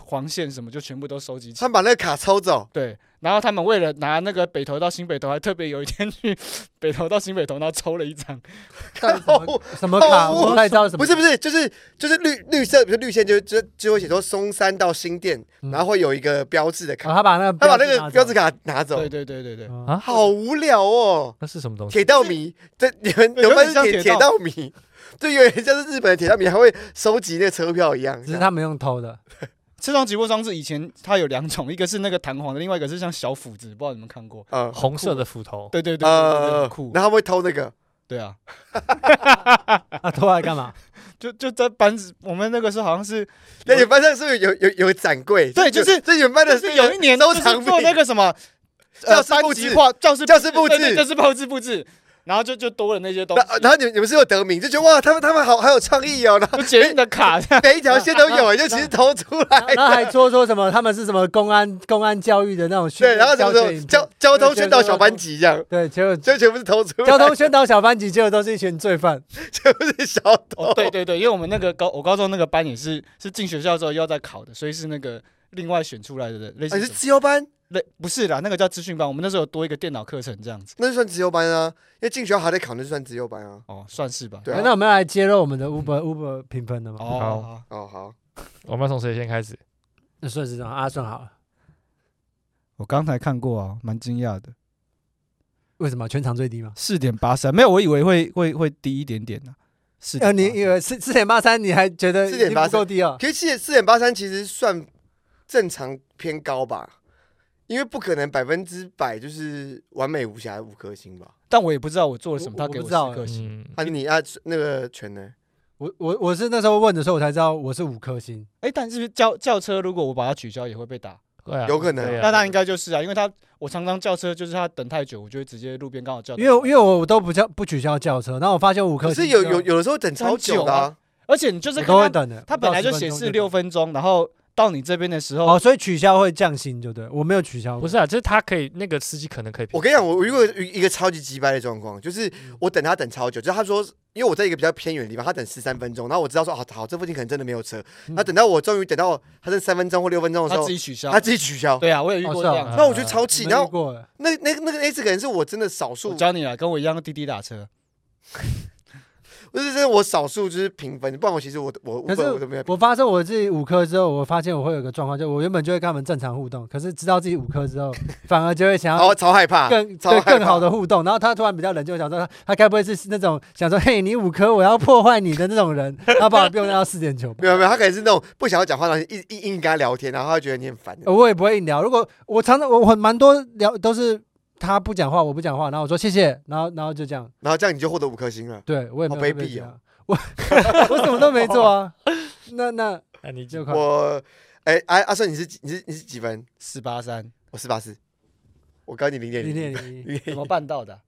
Speaker 4: 黄线什么就全部都收集起
Speaker 3: *laughs* 他
Speaker 4: 来。
Speaker 3: 们把那个卡抽走，
Speaker 4: 对，然后他们为了拿那个北投到新北投，还特别有一天 *laughs* 去北投到新北投，然后抽了一张。
Speaker 2: 到底什么什么卡？
Speaker 3: 哦
Speaker 2: 我不太知道是什么。
Speaker 3: 不是不是，就是就是绿绿色，比如绿线就就就会写说松山到新店，
Speaker 2: 嗯
Speaker 3: 然后会有一个标志的
Speaker 4: 啊
Speaker 2: 哦，
Speaker 3: 卡，
Speaker 2: 他把那个
Speaker 3: 他把那个标志
Speaker 2: 卡
Speaker 3: 卡拿走
Speaker 4: 对，对对对对，
Speaker 1: 啊
Speaker 3: 好无聊哦。
Speaker 1: 那是什么东西？
Speaker 3: 铁道迷，这你们
Speaker 4: 对
Speaker 3: 有没
Speaker 4: 有点
Speaker 3: 有
Speaker 4: 像
Speaker 3: 铁
Speaker 4: 铁
Speaker 3: 铁
Speaker 4: 道
Speaker 3: 道迷？就有点像是日本的铁道迷，还会收集那个车票一样。
Speaker 2: 只是他们用偷
Speaker 3: *laughs*
Speaker 2: 的。
Speaker 4: 车窗击破装置以前它有两种，一个是那个弹簧的，另外一个是像小斧子，不知道你们看过？
Speaker 3: 嗯
Speaker 1: 红色的斧头，
Speaker 4: 对对对对对对，
Speaker 3: 呃
Speaker 4: 很，酷。
Speaker 3: 然后他们会偷那个，
Speaker 4: 对啊，
Speaker 2: 啊，偷来
Speaker 3: *laughs*
Speaker 2: 干嘛？
Speaker 4: 就就在班子，我们那个时候好像是
Speaker 3: 那你们班上是不是有有有展柜？
Speaker 4: 对就是
Speaker 3: 这你们班的
Speaker 4: 就是
Speaker 3: 那个
Speaker 4: 有一年
Speaker 3: 收
Speaker 4: 就是
Speaker 3: 藏
Speaker 4: 做那
Speaker 3: 品，
Speaker 4: 个什么
Speaker 3: 教
Speaker 4: 呃
Speaker 3: 室布
Speaker 4: 班
Speaker 3: 置
Speaker 4: 级，化教室
Speaker 3: 教室布
Speaker 4: 对对
Speaker 3: 置呃
Speaker 4: 教室布置布置，然后就就多了那些东西
Speaker 3: 然，后然后你们你们是有得名，就觉得哇，他们他们好好有创意哦，然后
Speaker 4: *laughs* 就捷运的卡这样。
Speaker 3: 每一条线都
Speaker 2: *laughs*
Speaker 3: 有，就其实偷出来
Speaker 2: 然后
Speaker 3: 的。
Speaker 2: 还说说什么他们是什么公安公安教育的那种训
Speaker 3: 对，
Speaker 2: 练
Speaker 3: 然后什么时
Speaker 2: 教学
Speaker 3: 候
Speaker 2: 影片
Speaker 3: 交交通宣导小班级这样，
Speaker 2: 对，结果
Speaker 3: 就全部是偷出来，
Speaker 2: 交通宣导小班级，结果都是一群罪犯。
Speaker 3: 全部是小偷啊
Speaker 4: 哦，。对对对，因为我们那个高我高中那个班也是是进学校之后又要再考的，所以是那个另外选出来的类
Speaker 3: 啊，你
Speaker 4: 似
Speaker 3: 是
Speaker 4: 什么
Speaker 3: 自由班，
Speaker 4: 类不是啦，那个叫资讯班，我们那时候有多一个电脑课程这样子。
Speaker 3: 那就算自由班啊，因为进学校还得考，那就算自由班啊。
Speaker 4: 哦，算是吧。
Speaker 3: 对
Speaker 2: 哎
Speaker 3: 啊，
Speaker 2: 那我们要来揭露我们的 Uber Uber 评分的吗？
Speaker 4: 哦，
Speaker 1: 好
Speaker 4: 好好
Speaker 3: 哦好，
Speaker 1: 我们要从谁先开始？
Speaker 2: 那顺时钟阿顺好了，
Speaker 4: 我刚才看过啊，蛮惊讶的，
Speaker 2: 为什么全场最低吗？
Speaker 4: 四点八三，没有，我以为会会会低一点点呢、是
Speaker 2: 呃，你以为四四点八三，你还觉得已经不够低哦？
Speaker 3: 可是四四点八三其实算正常偏高吧，因为不可能百分之百就是完美无瑕五颗星吧。
Speaker 4: 但我也不知道我做了什么，
Speaker 2: 我
Speaker 4: 他
Speaker 2: 我
Speaker 4: 给
Speaker 2: 不
Speaker 4: 我
Speaker 2: 知道
Speaker 4: 四颗星。
Speaker 1: 嗯，
Speaker 3: 啊，你啊那个全呢？
Speaker 2: 我我我是那时候问的时候，我才知道我是五颗星。
Speaker 4: 哎、但是轿轿车如果我把它取消也会被打，
Speaker 1: 对啊，
Speaker 3: 有可能
Speaker 1: 对啊
Speaker 4: 那他应该就是啊，因为他我常常轿车就是他等太久，我就会直接路边刚好叫到。
Speaker 2: 因为因为我都不叫不取消轿车，然后我发现五颗
Speaker 3: 可
Speaker 2: 星
Speaker 3: 是
Speaker 2: 之后，
Speaker 3: 有有有的时候等超久的、啊，
Speaker 4: 而且你就是
Speaker 2: 我
Speaker 4: 看
Speaker 2: 都会
Speaker 4: 他
Speaker 2: 等的。
Speaker 4: 他
Speaker 2: 不到
Speaker 4: 本来就
Speaker 2: 10分
Speaker 4: 显
Speaker 2: 钟
Speaker 4: 示
Speaker 2: 等
Speaker 4: 六分钟，然后到你这边的时候
Speaker 2: 哦，，所以取消会降薪，就对我没有取消过，
Speaker 1: 不是啊，就是他可以那个司机可能可以。
Speaker 3: 我跟你讲，我我遇过一个超级鸡掰的状况，就是我等他等超久，就是他说。因为我在一个比较偏远的地方，他等十三分钟，然后我知道说，好哦好，这附近可能真的没有车。
Speaker 2: 嗯
Speaker 3: 那等到我终于等到他剩三分钟或六分钟的时
Speaker 4: 他
Speaker 3: 候
Speaker 4: 自，己取消
Speaker 3: 哦他。自己取消。
Speaker 4: 对啊，我也遇
Speaker 2: 哦
Speaker 4: 过
Speaker 2: 是
Speaker 4: 这
Speaker 2: 啊
Speaker 4: 样子。
Speaker 3: 那我觉得超气。
Speaker 2: 没
Speaker 3: 然
Speaker 2: 遇
Speaker 3: 后
Speaker 2: 过了。
Speaker 3: 那那那个那次可能是我真的少
Speaker 4: 我
Speaker 3: 数
Speaker 4: 教你啊了，跟我一样滴滴打车。
Speaker 3: 就是这是我少数就是评分，不然我其实我我
Speaker 2: 可
Speaker 3: 我
Speaker 2: 是
Speaker 3: 我都没有评。
Speaker 2: 我发现我自己五颗之后，我发现我会有个状况，就我原本就会跟他们正常互动，可是知道自己五颗之
Speaker 3: *laughs*
Speaker 2: 后，反而就会想
Speaker 3: 然
Speaker 2: 要
Speaker 3: 后超害怕，
Speaker 2: 更
Speaker 3: 哦超害
Speaker 2: 对
Speaker 3: 怕
Speaker 2: 更好的互动。然后他突然比较冷静，我想说他他该不会是那种想说嘿你五颗我要破坏你的那种人，他把我用到四点九吧。
Speaker 3: 没有没有，他可能是那种不想要讲话，然后一一硬跟他聊天，然后他觉得你很烦。
Speaker 2: 呃我也不会硬聊，如果我常常我我很蛮多聊都是他不讲话，我不讲话，然后我说谢谢，然后然后就这样，
Speaker 3: 然后这样你就获得五颗星了。
Speaker 2: 对我也没
Speaker 3: 好
Speaker 2: 有
Speaker 3: 卑
Speaker 2: 特别
Speaker 3: 鄙
Speaker 2: 这
Speaker 3: 哦
Speaker 2: 样。我我什么都没做
Speaker 3: *laughs*
Speaker 2: 啊，那那
Speaker 1: 那你就
Speaker 2: 就快
Speaker 3: 我哎阿阿顺，你是几你是你是几分？
Speaker 4: 四八三
Speaker 3: 我四八四，我高你零点
Speaker 2: 零
Speaker 3: 零。
Speaker 2: 点零一，
Speaker 4: 怎么办到的啊？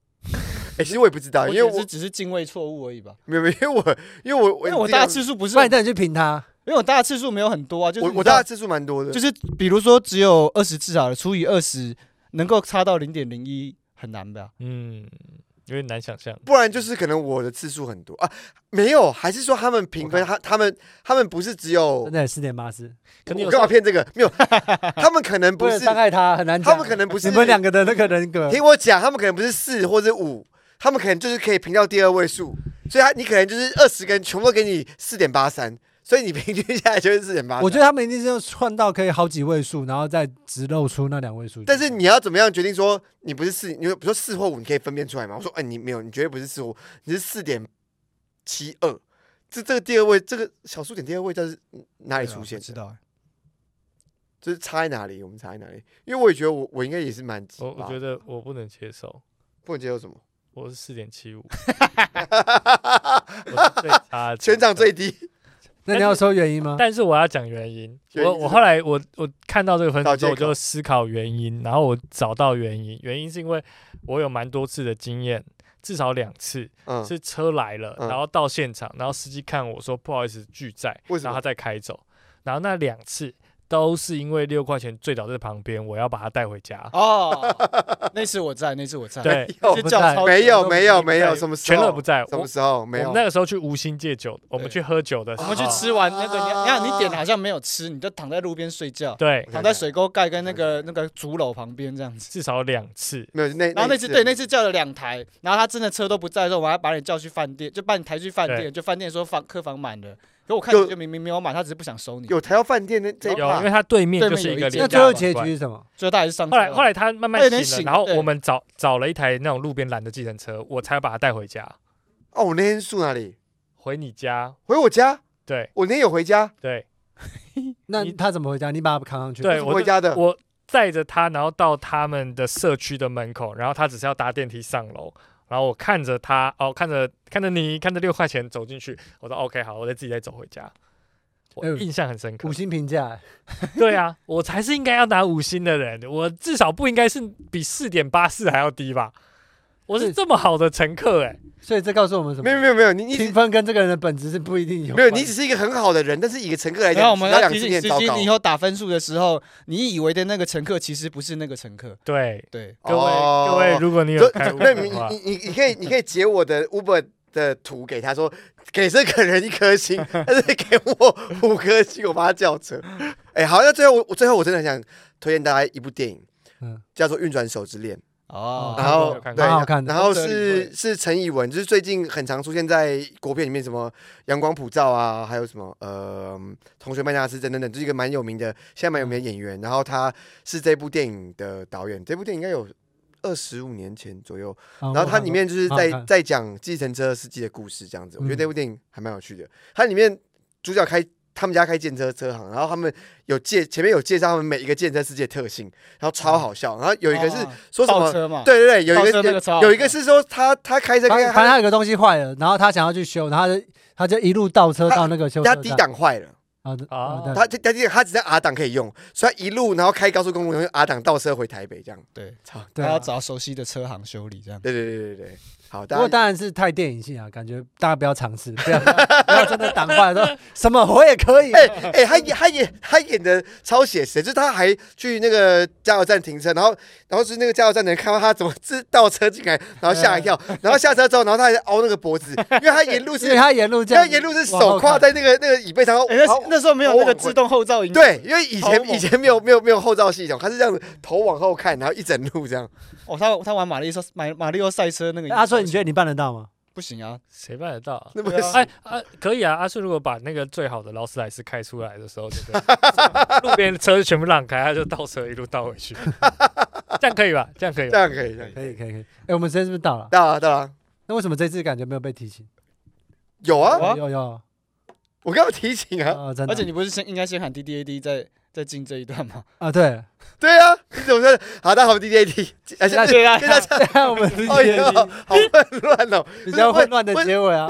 Speaker 3: 哎，其实我也不知道，因为
Speaker 4: 我只是
Speaker 3: 我
Speaker 4: 只是定位错误而已吧。
Speaker 3: 没有 *laughs* 没有，因为我因为我
Speaker 4: 因为
Speaker 3: 我
Speaker 4: 我
Speaker 3: 这样
Speaker 4: 搭次数不是
Speaker 2: 不然你
Speaker 4: 很，
Speaker 2: 带你去评他，
Speaker 4: 因为我搭次数没有很多啊，就是
Speaker 3: 我
Speaker 4: 你
Speaker 3: 我
Speaker 4: 知道
Speaker 3: 大概次数蛮多的，
Speaker 4: 就是比如说只有二十次好了，除以二十能够差到零点零一很难吧？
Speaker 1: 嗯，有点难想象。
Speaker 3: 不然就是可能我的次数很多啊，没有，还是说他们评分，他他们他们不是只有
Speaker 2: 真。的四点八四，
Speaker 1: 可能
Speaker 3: 我
Speaker 1: 有
Speaker 3: 干
Speaker 1: 上
Speaker 3: 嘛骗这个？没有，他们可能不
Speaker 2: 为了
Speaker 3: 是
Speaker 2: 伤害他很难讲。
Speaker 3: 他们可能不是
Speaker 2: 你们两个的那个人格，
Speaker 3: 听我讲，他们可能不是四或者五，他们可能就是可以评到第二位数，所以他你可能就是二十个人全部都给你四点八三，所以你平均下来就是四点八。
Speaker 2: 我觉得他们一定是要窜到可以好几位数，然后再直露出那两位数。
Speaker 3: 但是你要怎么样决定说你不是四？你比如说四呃或五，你可以分辨出来吗？我说，哎、你没有，你绝对不是四或五，你是四点七二。这这个第二位，这个小数点第二位，它是哪里
Speaker 4: 对啊
Speaker 3: 出现
Speaker 4: 不知
Speaker 3: 的？
Speaker 4: 道欸，
Speaker 3: 就是差在哪里？我们差在哪里？因为我也觉得我我应该也是蛮鸡
Speaker 1: 我我
Speaker 3: 巴
Speaker 1: 觉得我不能接受，
Speaker 3: 不能接受什么，
Speaker 1: 我是四点七五，我是最差的
Speaker 3: *laughs* 全场最低，
Speaker 2: 那你要说原因吗？
Speaker 1: 但是我要讲原因，
Speaker 3: 原因
Speaker 1: 我
Speaker 3: 是
Speaker 1: 我
Speaker 3: 什
Speaker 1: 后来我我看到这个分
Speaker 3: 找
Speaker 1: 组之后，我
Speaker 3: 借口
Speaker 1: 就思考原因，然后我找到原因，原因是因为我有蛮多次的经验，至少两次
Speaker 3: 嗯，
Speaker 1: 是车来了，
Speaker 3: 嗯
Speaker 1: 然后到现场，然后司机看我说不好意思拒载，
Speaker 3: 为
Speaker 1: 然
Speaker 3: 什么
Speaker 1: 后他再开走，然后那两次都是因为六块钱醉倒在旁边，我要把他带回家，
Speaker 4: 哦，那次我在，那次我在，
Speaker 1: 对， *laughs*
Speaker 3: 有
Speaker 4: 是
Speaker 2: 不
Speaker 4: 叫
Speaker 2: 在
Speaker 4: 超
Speaker 3: 没有
Speaker 4: 都
Speaker 3: 没有
Speaker 4: 不
Speaker 3: 没有
Speaker 4: 在
Speaker 3: 什么时
Speaker 1: 全
Speaker 3: 候
Speaker 1: 乐不在，
Speaker 3: 什
Speaker 1: 我
Speaker 3: 么时候没
Speaker 1: 我
Speaker 3: 有
Speaker 1: 们那个时候去无心戒酒，我们
Speaker 4: 对哦
Speaker 1: 去喝酒的时
Speaker 4: 我
Speaker 1: 候，
Speaker 4: 们去吃完那个，你你看你点的好像没有吃，你就躺在路边睡觉，
Speaker 1: 对，
Speaker 3: 我
Speaker 4: 躺
Speaker 3: 看
Speaker 4: 在
Speaker 3: 看
Speaker 4: 水沟盖跟那
Speaker 3: 我
Speaker 4: 个那个竹篓旁边这样子。
Speaker 1: 至少两次，
Speaker 3: 没有那
Speaker 4: 然后那次
Speaker 3: 次
Speaker 4: 对那次叫了两台，然后他真的车都不在的时候，我还把你叫去饭店，就把你抬去饭
Speaker 1: 对
Speaker 4: 店，就饭店说房客房满了，可我看
Speaker 3: 有
Speaker 4: 你就明明没有满，他只是不想收你，
Speaker 3: 有抬到饭店那这一
Speaker 1: 有，因为
Speaker 3: 趴，
Speaker 1: 他对面
Speaker 4: 对
Speaker 1: 就
Speaker 4: 面
Speaker 1: 是
Speaker 4: 有
Speaker 1: 一
Speaker 4: 一
Speaker 1: 个
Speaker 4: 间嗯
Speaker 1: 廉
Speaker 2: 那
Speaker 1: 价
Speaker 2: 最后
Speaker 1: 晚
Speaker 2: 结
Speaker 1: 饭
Speaker 2: 局是什么？
Speaker 4: 所以他还是上车
Speaker 1: 后
Speaker 4: 了。
Speaker 1: 来后来他慢慢
Speaker 4: 他有点
Speaker 1: 醒了，
Speaker 4: 醒
Speaker 1: 然后
Speaker 4: 对
Speaker 1: 我们找找了一台那种路边拦的计程车，我才把他带回家，
Speaker 3: 哦，我那天住哪里？
Speaker 1: 回你家。
Speaker 3: 回我家，
Speaker 1: 对
Speaker 3: 我那天有回家，
Speaker 1: 对
Speaker 2: 那
Speaker 1: 你
Speaker 2: 他怎么回家？你把他扛上去？
Speaker 1: 对，
Speaker 3: 是
Speaker 1: 我
Speaker 3: 回
Speaker 1: 就
Speaker 3: 家的
Speaker 1: *laughs* 我载着他，然后到他们的社区的门口，然后他只是要搭电梯上楼，然后我看着他，哦，看着看着你，看着六块钱走进去，我说 OK 好，我再自己再走回家。我
Speaker 2: 哎呦
Speaker 1: 印象很深刻
Speaker 2: 五，星评价，
Speaker 1: *laughs* 对啊，我才是应该要拿五星的人，我至少不应该是比四点八四还要低吧？我是
Speaker 2: 是
Speaker 1: 这么好的乘客哎、
Speaker 2: 所以这告诉我们什
Speaker 3: 没
Speaker 2: 么？
Speaker 3: 有没有没有，你你只
Speaker 2: 评分跟这个人的本质是不一定有
Speaker 3: 没有
Speaker 2: 关。
Speaker 3: 你只是一个很好的人，但是以一个乘客来
Speaker 4: 然后
Speaker 3: 讲，
Speaker 4: 我们
Speaker 3: 你拿
Speaker 4: 要
Speaker 3: 两
Speaker 4: 提
Speaker 3: 次
Speaker 4: 醒
Speaker 3: 也
Speaker 4: 司
Speaker 3: 糟
Speaker 4: 机，
Speaker 3: 糕
Speaker 4: 你以。后打分数的时候，你以为的那个乘客其实不是那个乘客。
Speaker 1: 对，
Speaker 4: 对，
Speaker 1: 各位、
Speaker 3: 哦
Speaker 1: 各位，如果你有
Speaker 3: 就
Speaker 1: 开 u
Speaker 3: 那
Speaker 1: b
Speaker 3: 你
Speaker 1: 的话
Speaker 3: 你，你你可以你可以截我的 Uber 的图给他说，给这个人一
Speaker 1: *laughs*
Speaker 3: 颗星，但是给我五颗星，我把他叫车。哎、好，那最后我我最后我真的很想推荐大家一部电影，
Speaker 2: 嗯
Speaker 3: 叫做《运转手之恋》，
Speaker 4: 哦
Speaker 2: 看
Speaker 3: 然
Speaker 1: 过有
Speaker 3: 后
Speaker 1: 看过
Speaker 3: 对，
Speaker 2: 蛮好看的
Speaker 3: 然后
Speaker 4: 宫泽理
Speaker 3: 是
Speaker 4: 惠
Speaker 3: 是陈以文，就是最近很常出现在国片里面，什么《阳光普照》啊，还有什么呃《同学麦纳斯》等等等，就是一个蛮有名的，现在蛮有
Speaker 1: 嗯
Speaker 3: 名的演员。然后他是这部电影的导演，这部电影应该有二十五年前左右。
Speaker 2: 啊，
Speaker 3: 然后它
Speaker 2: 我看
Speaker 3: 里面就是
Speaker 2: 好
Speaker 3: 在
Speaker 2: 看
Speaker 3: 在讲计程车司机的故事，这样子。我觉得
Speaker 2: 嗯
Speaker 3: 这部电影还蛮有趣的。它里面主角开他们家开建车车行，然后他们有介前面有介绍他们每一个建车司机的特性，然后
Speaker 1: 嗯
Speaker 3: 超好笑。然后有一个是
Speaker 4: 哦
Speaker 3: 说什
Speaker 4: 倒
Speaker 3: 么？
Speaker 4: 车嘛，
Speaker 3: *laughs* 对对对，有一
Speaker 4: 倒车那个
Speaker 3: 个
Speaker 4: 超好
Speaker 3: 有
Speaker 4: 笑
Speaker 3: 有一个是说他他开车
Speaker 2: 过反
Speaker 3: 开
Speaker 2: 正反正他
Speaker 3: 他
Speaker 2: 有个东西坏了，然后他想要去修，然后他就他就一路倒车到那个修车
Speaker 3: 他
Speaker 2: 站
Speaker 3: 低档坏了，
Speaker 2: 啊
Speaker 1: 啊
Speaker 2: 啊，对
Speaker 3: 他他他低档他只在 R 档可以用，所以他一路然后开高速公路，然后用 R 档倒车回台北这样。
Speaker 4: 对，
Speaker 3: 操，
Speaker 4: 他
Speaker 2: 对啊
Speaker 4: 要找熟悉的车行修理这样。
Speaker 3: 对对对对对对，好，
Speaker 2: 不过
Speaker 3: 大家
Speaker 2: 当然是太电影性啊，感觉大家不要尝试，不要不要真的挡坏了说什么我也可以。
Speaker 3: 哎哎，他演他演他演的超写实，就是他还去那个加油站停车，然后然后是那个加油站的人看到他怎么自倒车进来，然后吓一跳， *laughs* 然后下车之后，然后他还凹那个脖子，因为他沿路
Speaker 2: *laughs* 所以嗯
Speaker 3: 是
Speaker 2: 他沿路这
Speaker 3: 他
Speaker 2: 样，
Speaker 3: 沿路是手挎在那个那个椅背上，
Speaker 4: 哎，
Speaker 3: 然
Speaker 4: 那时
Speaker 3: 后
Speaker 4: 那时候没有那个自动后照影，
Speaker 3: 对，，因为以
Speaker 4: 头往
Speaker 3: 前以前没有没有没有后照系统，他是这样子头往后看，然后一整路这样。
Speaker 4: 哦，他他玩马里奥马马里奥赛车那个影片，
Speaker 2: 阿顺，你觉得你办得到吗？
Speaker 4: 不行啊？
Speaker 1: 谁办得到、啊？
Speaker 3: 那不
Speaker 4: 对
Speaker 3: 是
Speaker 4: 啊
Speaker 1: 哎啊，可以啊！阿顺如果把那个最好的劳斯莱斯开出来的时候，对不对？路边车就全部让开，他就倒车一路倒回去，这样可以吧？这样可以
Speaker 3: *laughs* 这
Speaker 1: 吧？
Speaker 3: 样可以，这样可
Speaker 2: 可
Speaker 3: 以
Speaker 2: 以可以可以。哎，我们时间是不是到了？
Speaker 3: 到了到了，
Speaker 2: 那为什么这次感觉没有被提醒？
Speaker 3: 有啊
Speaker 4: 有，
Speaker 2: 有
Speaker 4: 啊
Speaker 2: 有
Speaker 3: 我刚有提醒啊，
Speaker 2: 啊，真的。
Speaker 4: 而且你不是先应该先喊 D D A D 再再进这一段
Speaker 2: *laughs*
Speaker 4: 吗？
Speaker 2: 啊，对，
Speaker 3: 对啊，你怎么说？好，大家好，我们 D J
Speaker 4: *laughs*
Speaker 3: T，而且
Speaker 2: 大
Speaker 3: 哎
Speaker 4: 对啊， *laughs*
Speaker 3: 跟大家，
Speaker 2: 我们之
Speaker 3: 哎
Speaker 2: 前
Speaker 3: 呦，好混乱哦，
Speaker 2: 比较混乱的结尾啊。